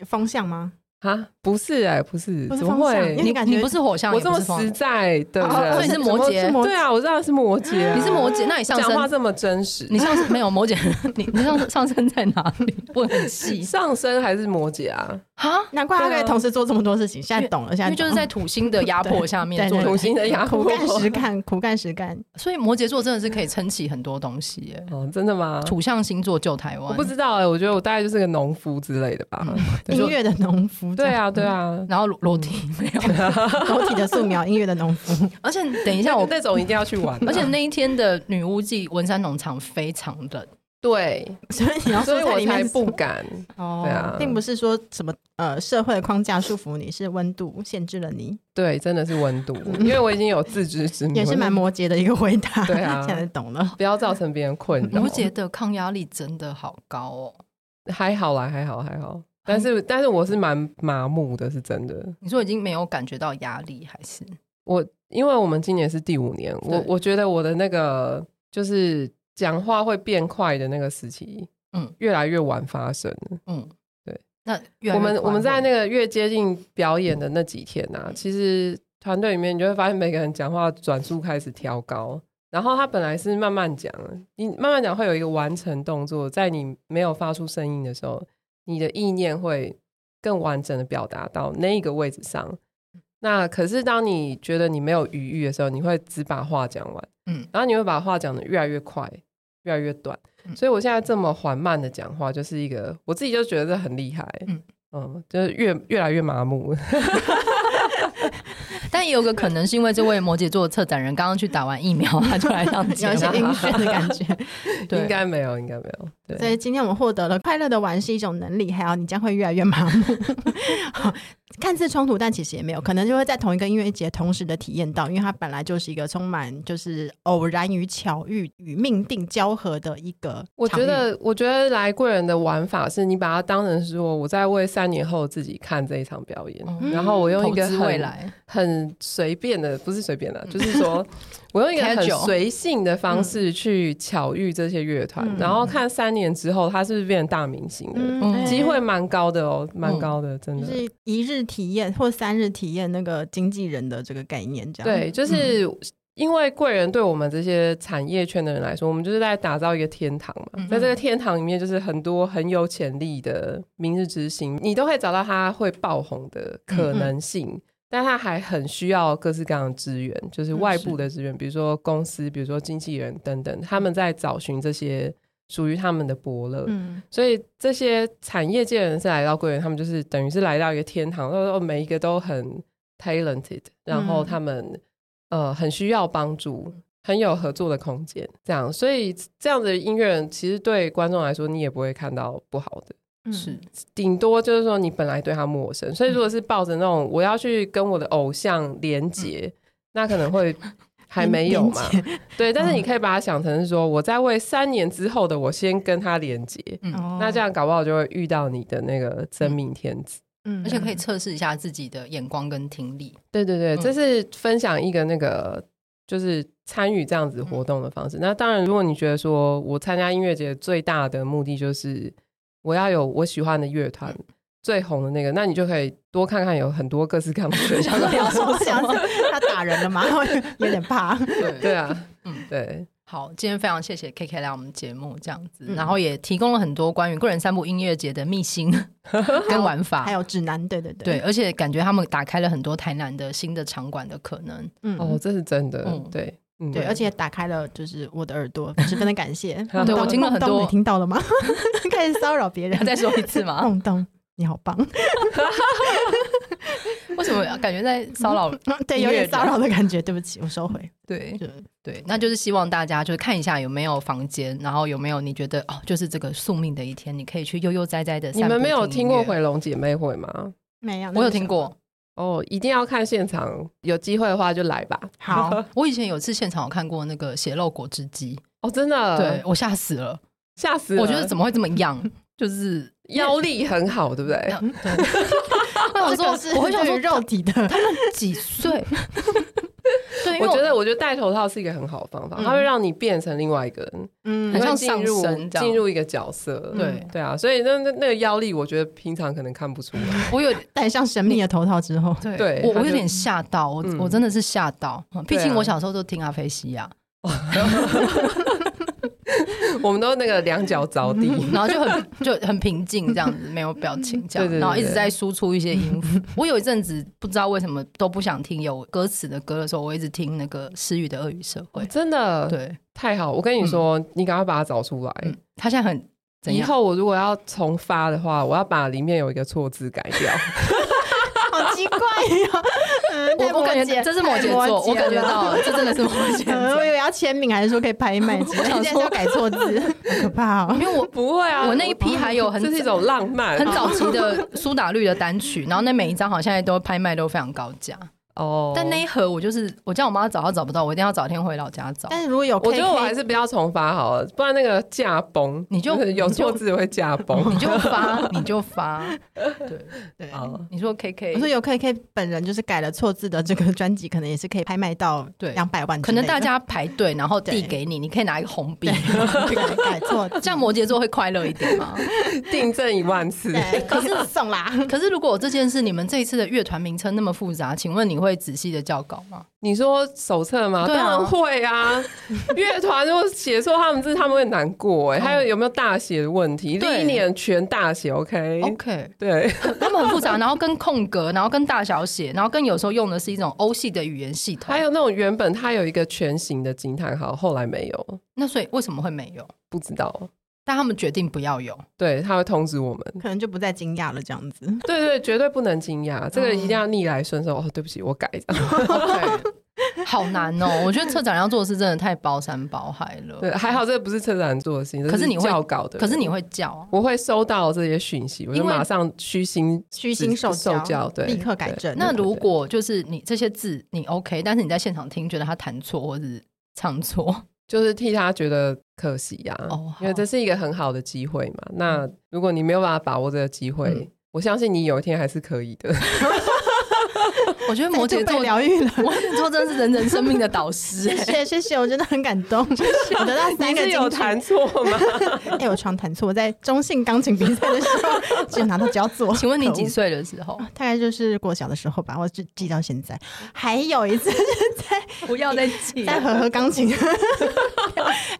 Speaker 4: 方向吗？
Speaker 5: 啊，不是哎，不是，
Speaker 4: 不是
Speaker 5: 怎么
Speaker 4: 方向因为
Speaker 5: 会？
Speaker 3: 你
Speaker 4: 感觉
Speaker 3: 你不是火象，
Speaker 5: 我
Speaker 3: 也
Speaker 5: 这
Speaker 3: 不
Speaker 5: 么
Speaker 3: 是风
Speaker 5: 实在，对不
Speaker 3: 哦所以
Speaker 5: 对
Speaker 3: 你？是摩羯
Speaker 4: 怎么是摩
Speaker 5: 对啊，我知道是摩羯啊，
Speaker 3: 你是摩羯，那你上
Speaker 5: 讲话
Speaker 3: 升，
Speaker 5: 这么真实，
Speaker 3: 你上升没有摩羯？你你上上升在哪里？ 问很细
Speaker 5: 上身还是摩羯啊？
Speaker 3: 啊。
Speaker 4: 难怪他
Speaker 5: 对
Speaker 4: 可
Speaker 5: 啊
Speaker 4: 以同时做这么多事情。现在懂了，现
Speaker 3: 因
Speaker 4: 在
Speaker 3: 为就是在土星的压迫下面
Speaker 4: 对
Speaker 3: 做
Speaker 4: 对
Speaker 3: 的
Speaker 5: 土星的 牙
Speaker 4: 懂了
Speaker 5: 口
Speaker 4: 苦干 实干，苦干实干。
Speaker 3: 所以摩羯座真的是可以撑起很多东西耶。
Speaker 5: 哦，真的吗？
Speaker 3: 土象星座救台
Speaker 5: 我
Speaker 3: 湾
Speaker 5: 不，知道哎，我觉得我大概就是个农夫之类的吧。对
Speaker 4: 嗯音乐的嗯农夫，
Speaker 5: 对，啊，对啊，
Speaker 3: 然后裸裸体没有，
Speaker 4: 裸体的素描，音乐的农夫。
Speaker 3: 而且等一下 我，
Speaker 5: 那种一定要去玩啊，
Speaker 3: 而且那一天的女巫记文山农场非常冷，
Speaker 5: 嗯对，
Speaker 4: 所以你要
Speaker 5: 所
Speaker 4: 说
Speaker 5: 以
Speaker 4: 在
Speaker 5: 我
Speaker 4: 里面
Speaker 5: 才
Speaker 4: 是
Speaker 5: 不敢。
Speaker 4: 哦，
Speaker 5: 对啊
Speaker 4: 并不是说什么呃社会的框架束缚你，是温度限制了你，
Speaker 5: 对，真的是温度，因为我已经有自知之明，
Speaker 4: 嗯也是蛮摩羯的一个回答。
Speaker 5: 对啊
Speaker 4: 现在懂了。
Speaker 5: 不要造成别人困扰。
Speaker 3: 摩羯的抗压力真的好高哦。
Speaker 5: 还好啦，还好，还好。但
Speaker 4: 嗯
Speaker 5: 是，但是我是蛮麻木的，是真的。
Speaker 3: 你说已经没有感觉到压力，还是
Speaker 5: 我因为我们今年是第五年，我
Speaker 3: 对
Speaker 5: 我觉得我的那个就是讲话会变快的那个时期，
Speaker 3: 嗯
Speaker 5: 嗯，越来越晚发生了。
Speaker 3: 嗯，
Speaker 5: 对。
Speaker 3: 那越来越
Speaker 5: 我们我们在那
Speaker 3: 个
Speaker 5: 个越接近表演的那几天啊，其实团队里面你就会发现每个人讲话转速开始调高，然后他本来是慢慢讲，你慢慢讲会有一个完成动作，在你没有发出声音的时候，你的意念会更完整的表达到那一个位置上。
Speaker 3: 嗯
Speaker 5: 那可是当你觉得你没有余裕的时候，你会只把话讲完，
Speaker 3: 嗯
Speaker 5: 嗯，然后你会把话讲的越来越快，越来越短。
Speaker 3: 嗯
Speaker 5: 所以我现在这么缓慢的讲话，就是一个我自己就觉得很厉害，
Speaker 3: 嗯
Speaker 5: 嗯就是越越来越麻 木。
Speaker 3: 但也有个可能是因为这位摩羯座的策展人刚刚去打完疫苗，他就来上节
Speaker 4: 有 一些
Speaker 3: 目。
Speaker 4: 晕眩的感觉，
Speaker 3: 对
Speaker 5: 应该没有，应该没有。对，
Speaker 4: 所以今天我们获得了快乐的玩是一种能力，还有你将会越来越麻木。 好看似冲突，但其实也没有，可能就会在同一个音乐节同时的体验到，因为它本来就是一个充满就是偶然与巧遇与命定交合的一个。
Speaker 5: 我觉，得，我觉得来贵人的玩法是你把它当成是说我在为三年后自己看这一场表演，
Speaker 3: 嗯
Speaker 5: 然后我用一
Speaker 3: 投
Speaker 5: 个
Speaker 3: 资未
Speaker 5: 很
Speaker 3: 来，
Speaker 5: 很随便的，不是随便 的，就是说我用一个很
Speaker 3: Casual 嗯
Speaker 5: 随性的方式去巧遇这些乐团
Speaker 4: 嗯，
Speaker 5: 然后看三年之后他是不是变成大明星了。
Speaker 3: 嗯
Speaker 5: 机会蛮高的哦，蛮高的，真
Speaker 4: 就
Speaker 5: 的。
Speaker 4: 是一日体验或三日体验那个经纪人的这个概念，这样
Speaker 5: 对，
Speaker 3: 嗯
Speaker 5: 就是因为贵人对我们这些产业圈的人来说，我们就是在打造一个天堂嘛。
Speaker 3: 嗯
Speaker 5: 在这个天堂里面，就是很多很有潜力的明日之星，你都会找到他会爆红的
Speaker 3: 嗯
Speaker 5: 可能性。但他还很需要各式各样的资源，就是外部的资源，比如说公司，比如说经纪人等等，他们在找寻这些属于他们的伯乐。
Speaker 4: 嗯，
Speaker 5: 所以这些产业界人士来到贵人，他们就是等于是来到一个天堂，然后每一个都很 talented，然后他们、呃很需要帮助，很有合作的空间，这样。所以这样子的音乐人，其实对观众来说，你也不会看到不好的，
Speaker 4: 嗯
Speaker 3: 是
Speaker 5: 顶多就是说你本来对他陌生。所以如果是抱着那种我要去跟我的偶像连结，那可能会。还没有嘛？
Speaker 4: 嗯连嗯接
Speaker 5: 对，但是你可以把它想成是说，我在为三年之后的我先跟他连接，
Speaker 4: 哦
Speaker 3: 嗯，
Speaker 5: 那这，样搞不好就会遇到你的那个真命天子。
Speaker 4: 嗯
Speaker 3: 而且可 以测试一下自己的眼光跟听力。
Speaker 5: 对对对，
Speaker 3: 嗯
Speaker 5: 这是分享一个那个就是参与这样子
Speaker 3: 嗯
Speaker 5: 活动的方式。那当然，如果你觉得说我参加音乐节最大的目的就是我要有我喜欢的乐团。
Speaker 3: 嗯
Speaker 5: 最红的那个，那你就可以多看看，有很多各式各样的选 项
Speaker 4: 想。说要说想说他打人了吗？ 有点 怕。
Speaker 5: 对啊，
Speaker 3: 嗯
Speaker 5: 对，
Speaker 3: 好，今天非常谢谢 K K 来我们节目这样子，
Speaker 4: 嗯
Speaker 3: 然后也提供了很多关于个人散步音乐节的秘辛 跟玩法，
Speaker 4: 还有指南，对对
Speaker 3: 对，
Speaker 4: 对，
Speaker 3: 而且感觉他们打开了很多台南的新的场馆的可能。
Speaker 4: 嗯
Speaker 5: 哦，这是真的
Speaker 3: 嗯，
Speaker 5: 对，嗯
Speaker 4: 对，而且打开了就是我的耳朵， 十分的感谢。
Speaker 5: 对
Speaker 4: 咚
Speaker 3: 我听了很多
Speaker 4: 咚咚你听到了吗？开始骚扰别人
Speaker 3: 要，再说一次吗？
Speaker 4: 咚咚，你好棒，
Speaker 3: 为什么感觉在骚 扰？
Speaker 4: 对，有点骚扰的感觉，对不起，我收回。
Speaker 3: 对
Speaker 4: 对
Speaker 3: 对，那就是希望大家就是看一下有没有房间，然后有没有你觉得哦，就是这个宿命的一天，你可以去悠悠哉哉的。
Speaker 5: 你们没有听过回龙姐妹会吗？
Speaker 4: 没有，那
Speaker 3: 我有
Speaker 4: 是什
Speaker 3: 听
Speaker 4: 么。
Speaker 3: 过，
Speaker 5: 哦，一定要看现场，有机会的话就来吧。
Speaker 4: 好，
Speaker 3: 我以前有次现场有看过那个血肉果汁机，
Speaker 5: 哦，真的，
Speaker 3: 对，我吓死了，
Speaker 5: 吓死了！
Speaker 3: 我觉得怎么会这么样？就是
Speaker 5: 腰力很好，对不对？
Speaker 3: 我
Speaker 4: 嗯这
Speaker 3: 想说，
Speaker 4: 个是
Speaker 3: 我会想
Speaker 4: 对
Speaker 3: 说
Speaker 4: 于肉体的，
Speaker 3: 几 岁？对，因为嗯
Speaker 5: 我觉得，我觉得戴头套是一个很好的方法，它会让你变成另外一个人，
Speaker 4: 嗯
Speaker 5: 你
Speaker 3: 很
Speaker 5: 会
Speaker 3: 像
Speaker 5: 进入
Speaker 3: 上身这样
Speaker 5: 进入一个角色。
Speaker 3: 对
Speaker 5: 对啊，所以那那那个腰力，我觉得平常可能看不出 来。
Speaker 3: 我有
Speaker 4: 戴上神秘的头套 之后，
Speaker 3: 对
Speaker 5: 对
Speaker 3: 我
Speaker 5: 他
Speaker 3: 我
Speaker 5: 就
Speaker 3: 有点吓到，我、
Speaker 5: 嗯
Speaker 3: 我真的是吓到，嗯毕
Speaker 5: 对啊
Speaker 3: 竟我小时候都听阿菲西啊亚，
Speaker 5: 我们都那个两脚着地，
Speaker 3: 然后就很就很平静这样子，没有表情这样，
Speaker 5: 对对对
Speaker 3: 然后一直在输出一些音符。我有一阵子不知道为什么都不想听有歌词的歌的时候，我一直听那个诗雨的《鳄鱼社会》。
Speaker 5: 真的
Speaker 3: 对，
Speaker 5: 太好！我跟你说，你赶快把它找出来。
Speaker 3: 嗯，他现在很怎
Speaker 5: 以
Speaker 3: 样？
Speaker 5: 后我如果要重发的话，我要把里面有一个错字改掉。
Speaker 4: 好奇怪呀！ 嗯
Speaker 3: 我
Speaker 4: 太
Speaker 3: 我
Speaker 4: 摩
Speaker 3: 感觉
Speaker 4: 羯
Speaker 3: 这是摩羯
Speaker 4: 太
Speaker 3: 座，我感觉
Speaker 4: 了
Speaker 3: 到了，这真的是摩羯
Speaker 4: 嗯
Speaker 3: 座
Speaker 4: 我。以为要签名，还是说可以拍卖 之类的？
Speaker 3: 想
Speaker 4: 现在是
Speaker 3: 说
Speaker 4: 要改错字， 好可怕哦！
Speaker 3: 因为我
Speaker 5: 不会啊，
Speaker 3: 我那一批还 有很
Speaker 5: 这是一种浪 漫，
Speaker 3: 很早期的苏打绿的单曲，然后那每一张好像现在都拍卖都非常高价，
Speaker 5: 哦。
Speaker 3: 但那一盒我就是我叫我妈找，她找不到，我一定要找天回老家 找。
Speaker 4: 但是如果有 KK，
Speaker 5: 我觉得我还是不要重发好了，不然那个驾崩，
Speaker 3: 你就是
Speaker 5: 有错字会驾崩
Speaker 3: 你。就发，你就发，对，
Speaker 4: 对
Speaker 5: 哦
Speaker 3: 你说 K K，
Speaker 4: 我说有 KK 本人就是改了错字的这个专辑，可能也是可以拍卖到
Speaker 3: 对
Speaker 4: 两百万之
Speaker 3: 可
Speaker 4: 类的，
Speaker 3: 能大家排队，然后递
Speaker 4: 对
Speaker 3: 给你，你可以拿一个红 笔，
Speaker 4: 对改错字
Speaker 3: 这样摩羯座会快乐一点 吗？
Speaker 5: 订正一万 次，
Speaker 4: 对，可是送啦。
Speaker 3: 可是如果这件事你们这一次的乐团名称那么复杂，请问你会仔细的校稿吗？
Speaker 5: 你说手册吗？
Speaker 3: 对啊
Speaker 5: 当然 会啊！乐团如果写错他们字，他们会难过哎、还有有没有大写的问题？
Speaker 3: 哦对哦
Speaker 5: 历年全大写，OK？
Speaker 3: OK，
Speaker 5: 对，
Speaker 3: 他们很复杂，然后跟空格，然后跟大小写，然后跟有时候用的是一种欧系的语言系统
Speaker 5: 还。有那种原本它有一个全形的惊叹号，后来没有，
Speaker 3: 那所以为什么会没有？
Speaker 5: 不知道。
Speaker 3: 但他们决定不要有。
Speaker 5: 对，他会通知我们。
Speaker 4: 可能就不再惊讶了，这样子。
Speaker 5: 对对，绝对不能惊讶，这个一定要逆来顺
Speaker 3: 嗯
Speaker 5: 受。哦，对不起，我改的。
Speaker 3: 好难哦！我觉得策展要做的事真的太包山包海
Speaker 5: 对，
Speaker 3: 了。
Speaker 5: 还好这个不是车展做的事情，
Speaker 3: 可是你
Speaker 5: 这
Speaker 3: 会
Speaker 5: 教稿的，
Speaker 3: 可是你会叫啊，
Speaker 5: 我会收到这些讯息，我就
Speaker 3: 因为
Speaker 5: 马上虚心
Speaker 4: 虚心受
Speaker 5: 受教，对，
Speaker 4: 立刻改正。
Speaker 3: 那如果就是你这些字你 OK，但是你在现场听觉得他弹错或者是唱错，
Speaker 5: 就是替他觉得可惜呀、
Speaker 3: 哦
Speaker 5: 因为这是一个很好的机会嘛。那如果你没有办法把握这个机会，
Speaker 3: 嗯
Speaker 5: 我相信你有一天还是可以 的。
Speaker 3: 我 觉得摩
Speaker 4: 摩
Speaker 3: 羯
Speaker 4: 羯
Speaker 3: 座
Speaker 4: 被疗愈了，
Speaker 3: 摩羯座真的是人人生命的导师、 欸
Speaker 4: 谢谢谢 谢，我真的很感动，我得到三
Speaker 5: 你
Speaker 4: 个
Speaker 5: 是有
Speaker 4: 金曲。
Speaker 5: 弹错 吗？
Speaker 4: 哎，我常弹错，我在中性钢琴比赛的时候只有拿到焦 作。
Speaker 3: 请问你
Speaker 4: 可
Speaker 3: 几
Speaker 4: 恶？
Speaker 3: 岁的时候？
Speaker 4: 大概就是过小的时候吧，我只记到现在。还有一次
Speaker 3: 不要再记
Speaker 4: 在和和钢琴，哎，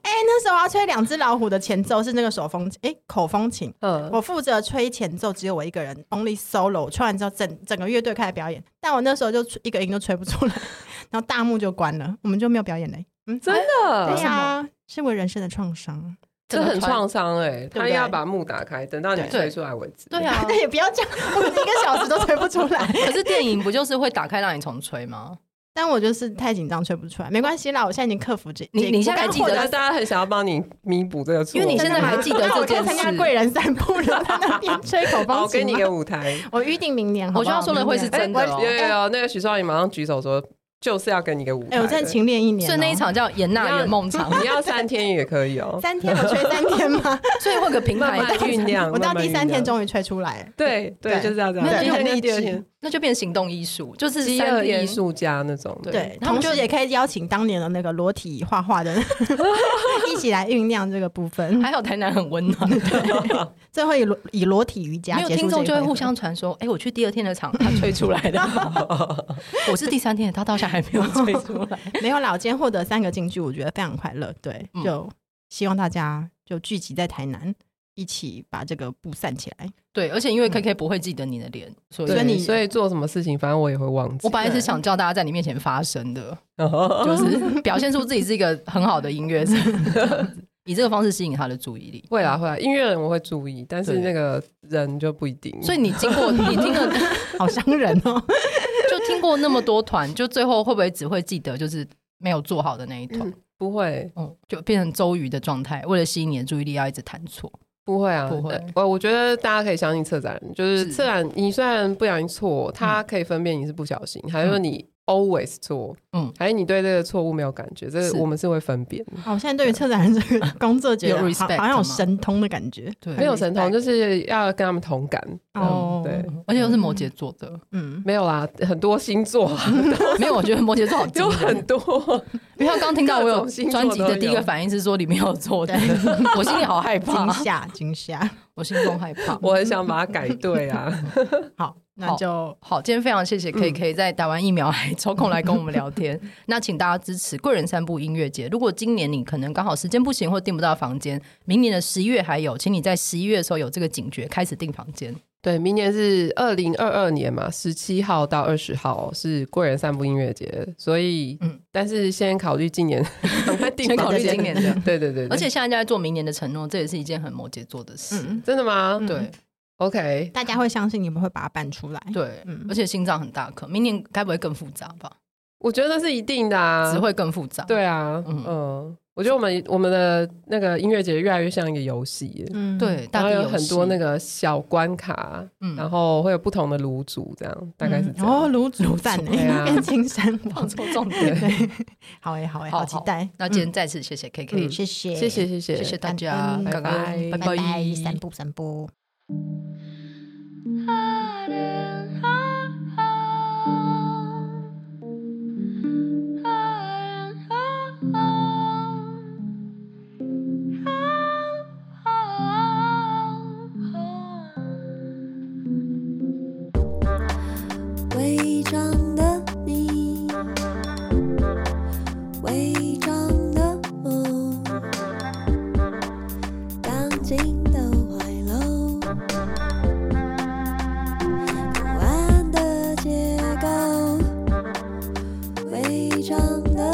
Speaker 4: 那时候我要吹两只老虎的前奏是那个手风琴，哎，口风琴。
Speaker 5: 嗯，
Speaker 3: 呃
Speaker 4: 我负责吹前奏，只有我一个人，only solo。吹完之后整，整个乐队开始表演，但我那时候就吹一个音都吹不出来， 然后大幕就关了，我们就没有表演嘞。嗯，
Speaker 5: 真的，
Speaker 4: 对呀、是我人生的创伤。
Speaker 5: 这很创伤哎。
Speaker 4: 对
Speaker 5: 他要把幕打开，等到你
Speaker 4: 对。
Speaker 5: 吹出来为止。
Speaker 3: 对啊
Speaker 4: 但也不要这样，我一个小时都吹不出来。
Speaker 3: 可是电影不就是会打开让你重吹吗？
Speaker 4: 但我就是太紧张，吹不出来，没关系啦，我现在已经克服这。
Speaker 3: 你
Speaker 4: 这
Speaker 3: 你现在
Speaker 4: 我
Speaker 3: 还
Speaker 4: 刚
Speaker 3: 记
Speaker 5: 我
Speaker 4: 获
Speaker 5: 觉
Speaker 3: 得
Speaker 5: 得大家很想要帮你弥补这个错误，
Speaker 3: 因为你现在
Speaker 4: 真的
Speaker 3: 还
Speaker 4: 吗
Speaker 3: 记得
Speaker 4: 那我
Speaker 3: 这
Speaker 4: 可以
Speaker 3: 件
Speaker 4: 参加
Speaker 3: 事哦
Speaker 4: 贵人散步了， 在那边吹口
Speaker 5: 好，
Speaker 4: 风
Speaker 5: 我给
Speaker 4: 琴
Speaker 5: 你
Speaker 4: 吗
Speaker 5: 一。个舞台。
Speaker 4: 我预定明年好不好，
Speaker 3: 我觉得他说的会是
Speaker 4: 明 年哎
Speaker 3: 真的哦
Speaker 5: 有有有，那个许少颖马上举手说，就是要给你一个舞台。
Speaker 4: 哎、我真的勤练一年、
Speaker 3: 所以那一。场叫《严娜圆 梦场》，
Speaker 5: 你要三天也可以 哦，
Speaker 4: 三天我吹三天 吗？
Speaker 3: 所以会有个平
Speaker 5: 慢
Speaker 3: 台
Speaker 5: 慢酝酿。
Speaker 4: 我到
Speaker 5: 慢慢
Speaker 4: 第
Speaker 5: 酝
Speaker 4: 三
Speaker 5: 酿
Speaker 4: 天终于吹出来了，
Speaker 5: 对对，
Speaker 4: 对
Speaker 5: 就是要这样。
Speaker 3: 那
Speaker 5: 第
Speaker 3: 就
Speaker 5: 三
Speaker 4: 很
Speaker 5: 天、
Speaker 4: 励
Speaker 5: 第二
Speaker 4: 志
Speaker 5: 天，
Speaker 3: 那就变行动艺术，就是
Speaker 5: 饥
Speaker 3: 三
Speaker 5: 饿
Speaker 3: 天
Speaker 5: 艺。术家那种的。
Speaker 4: 对，
Speaker 3: 他
Speaker 4: 同
Speaker 3: 们
Speaker 4: 时
Speaker 3: 就
Speaker 4: 也可以邀请当年的那个裸体画画的 一起来酝酿这个部 分。
Speaker 3: 还好台南很温 暖，
Speaker 4: 最后以裸以裸体瑜伽
Speaker 3: 没有
Speaker 4: 嗯结束
Speaker 3: 听众
Speaker 4: 这
Speaker 3: 就
Speaker 4: 一
Speaker 3: 会
Speaker 4: 回合
Speaker 3: 互相传说，哎、我去第二天的场，他吹出来的，我是第三天的，他到现在还没有吹出来。
Speaker 4: 没有啦，我今天获得三个金句，我觉得非常快乐。对，
Speaker 3: 嗯
Speaker 4: 就希望大家就聚集在台南，一起把这个布散起来。
Speaker 3: 对，而且因为 KK 不会记得你的脸，所
Speaker 5: 对
Speaker 4: 所以
Speaker 3: 以
Speaker 4: 你
Speaker 5: 所以做什么事情，反正我也会忘记
Speaker 3: 我。本来是想叫大家在你面 前发声的，就是表现出自己是一个很好的音乐人。以这个方式吸引他的注意力。
Speaker 5: 会啦会啦，音乐人我会注意，但是
Speaker 3: 对
Speaker 5: 那个人就不一定。
Speaker 3: 所以你经过你听了，
Speaker 4: 好伤人哦。
Speaker 3: 就听过那么多团，就最后会不会只会记得就是没有做好的那一团？
Speaker 5: 不会
Speaker 3: 哦，就变成周瑜的状态，为了吸引你的注意力，要一直弹错。
Speaker 5: 不会啊，
Speaker 3: 不会
Speaker 5: 呃我我觉得大家可以相信策展人，就是
Speaker 3: 是
Speaker 5: 策展你虽然不小心错，他可以分辨你是不小心，还是说你 always 错，
Speaker 3: 嗯
Speaker 5: 嗯，还是你对这个错误没有感觉，这
Speaker 3: 是
Speaker 5: 个我们是会分辨的。
Speaker 4: 好，我现在对于策展人这个工作，觉得
Speaker 3: 有
Speaker 4: 好
Speaker 3: respect
Speaker 4: 好像有
Speaker 3: 吗
Speaker 4: 神通的感觉。
Speaker 3: 对，
Speaker 5: 没有神童，
Speaker 4: respect
Speaker 5: 就是要跟他们同感。
Speaker 4: 哦
Speaker 5: 哦，对，
Speaker 3: 而且又是摩羯座的，
Speaker 4: 嗯，
Speaker 5: 没有啦，很多星座啊
Speaker 3: 没有，我觉得摩羯座好惊
Speaker 5: 有
Speaker 3: 人。
Speaker 5: 很 多，
Speaker 3: 因为他刚听到我
Speaker 5: 各
Speaker 3: 有
Speaker 5: 种星座
Speaker 3: 专辑的
Speaker 5: 都
Speaker 3: 第一个
Speaker 5: 有
Speaker 3: 反应是说里面有做的， 我心里好害怕
Speaker 4: 惊，吓惊吓。
Speaker 3: 我心中害怕。
Speaker 5: 我很想把它改对啊。
Speaker 4: 好，那
Speaker 3: 好
Speaker 4: 就
Speaker 3: 好，今天非常谢
Speaker 5: 嗯
Speaker 3: 谢 K K 在打完疫苗还抽空来跟我们聊天。那请大家支持贵人散步音乐节。如果今年你可能刚好时间不行或订不到房间，明年的十一月还有，请你在十一月的时候有这个警觉，开始订房间。
Speaker 5: 对，明年是二零二二年嘛，十七号到二十号是贵人散步音乐节，所以，
Speaker 3: 嗯
Speaker 5: 嗯，但是先考虑 今年，赶快订
Speaker 3: 先
Speaker 5: 吧
Speaker 3: 考虑
Speaker 5: 先
Speaker 3: 今年的
Speaker 5: 对对对，对
Speaker 3: 而且现在就在做明年的承诺，这也是一件很摩羯座的事。
Speaker 4: 嗯，
Speaker 5: 真的吗？
Speaker 4: 嗯
Speaker 3: 对
Speaker 5: ，OK，
Speaker 4: 大家会相信你们会把它办出来。
Speaker 3: 对，
Speaker 4: 嗯
Speaker 3: 而且心脏很大颗，明年该不会更复杂吧？
Speaker 5: 我觉得是一定的啊，
Speaker 3: 只会更复杂。，
Speaker 5: 对啊，
Speaker 3: 嗯
Speaker 5: 嗯。我觉得我们我们的那个音乐节越来越像一个游戏耶，
Speaker 4: 嗯，
Speaker 3: 对，大
Speaker 5: 然后
Speaker 3: 地
Speaker 5: 有很多那
Speaker 3: 个，
Speaker 5: 个小关卡，
Speaker 3: 嗯
Speaker 5: 然后会有不同的炉主，这样大概是这样。
Speaker 4: 哦，卤煮赞诶，
Speaker 5: 对啊
Speaker 4: 变青山
Speaker 3: 放
Speaker 4: 王。
Speaker 3: 错重点。
Speaker 4: 对，好 欸诶，好诶，
Speaker 3: 好
Speaker 4: 好期待。
Speaker 3: 那今天再次谢谢 K
Speaker 4: 嗯
Speaker 3: K，
Speaker 4: 谢谢，
Speaker 5: 谢谢，谢谢，
Speaker 3: 谢谢嗯大家，
Speaker 4: 感
Speaker 5: 恩
Speaker 3: 感恩
Speaker 5: 拜
Speaker 4: 拜拜，散步散步。
Speaker 2: 伪装的你，伪装的我，钢筋的怀楼，不安的结构，伪装的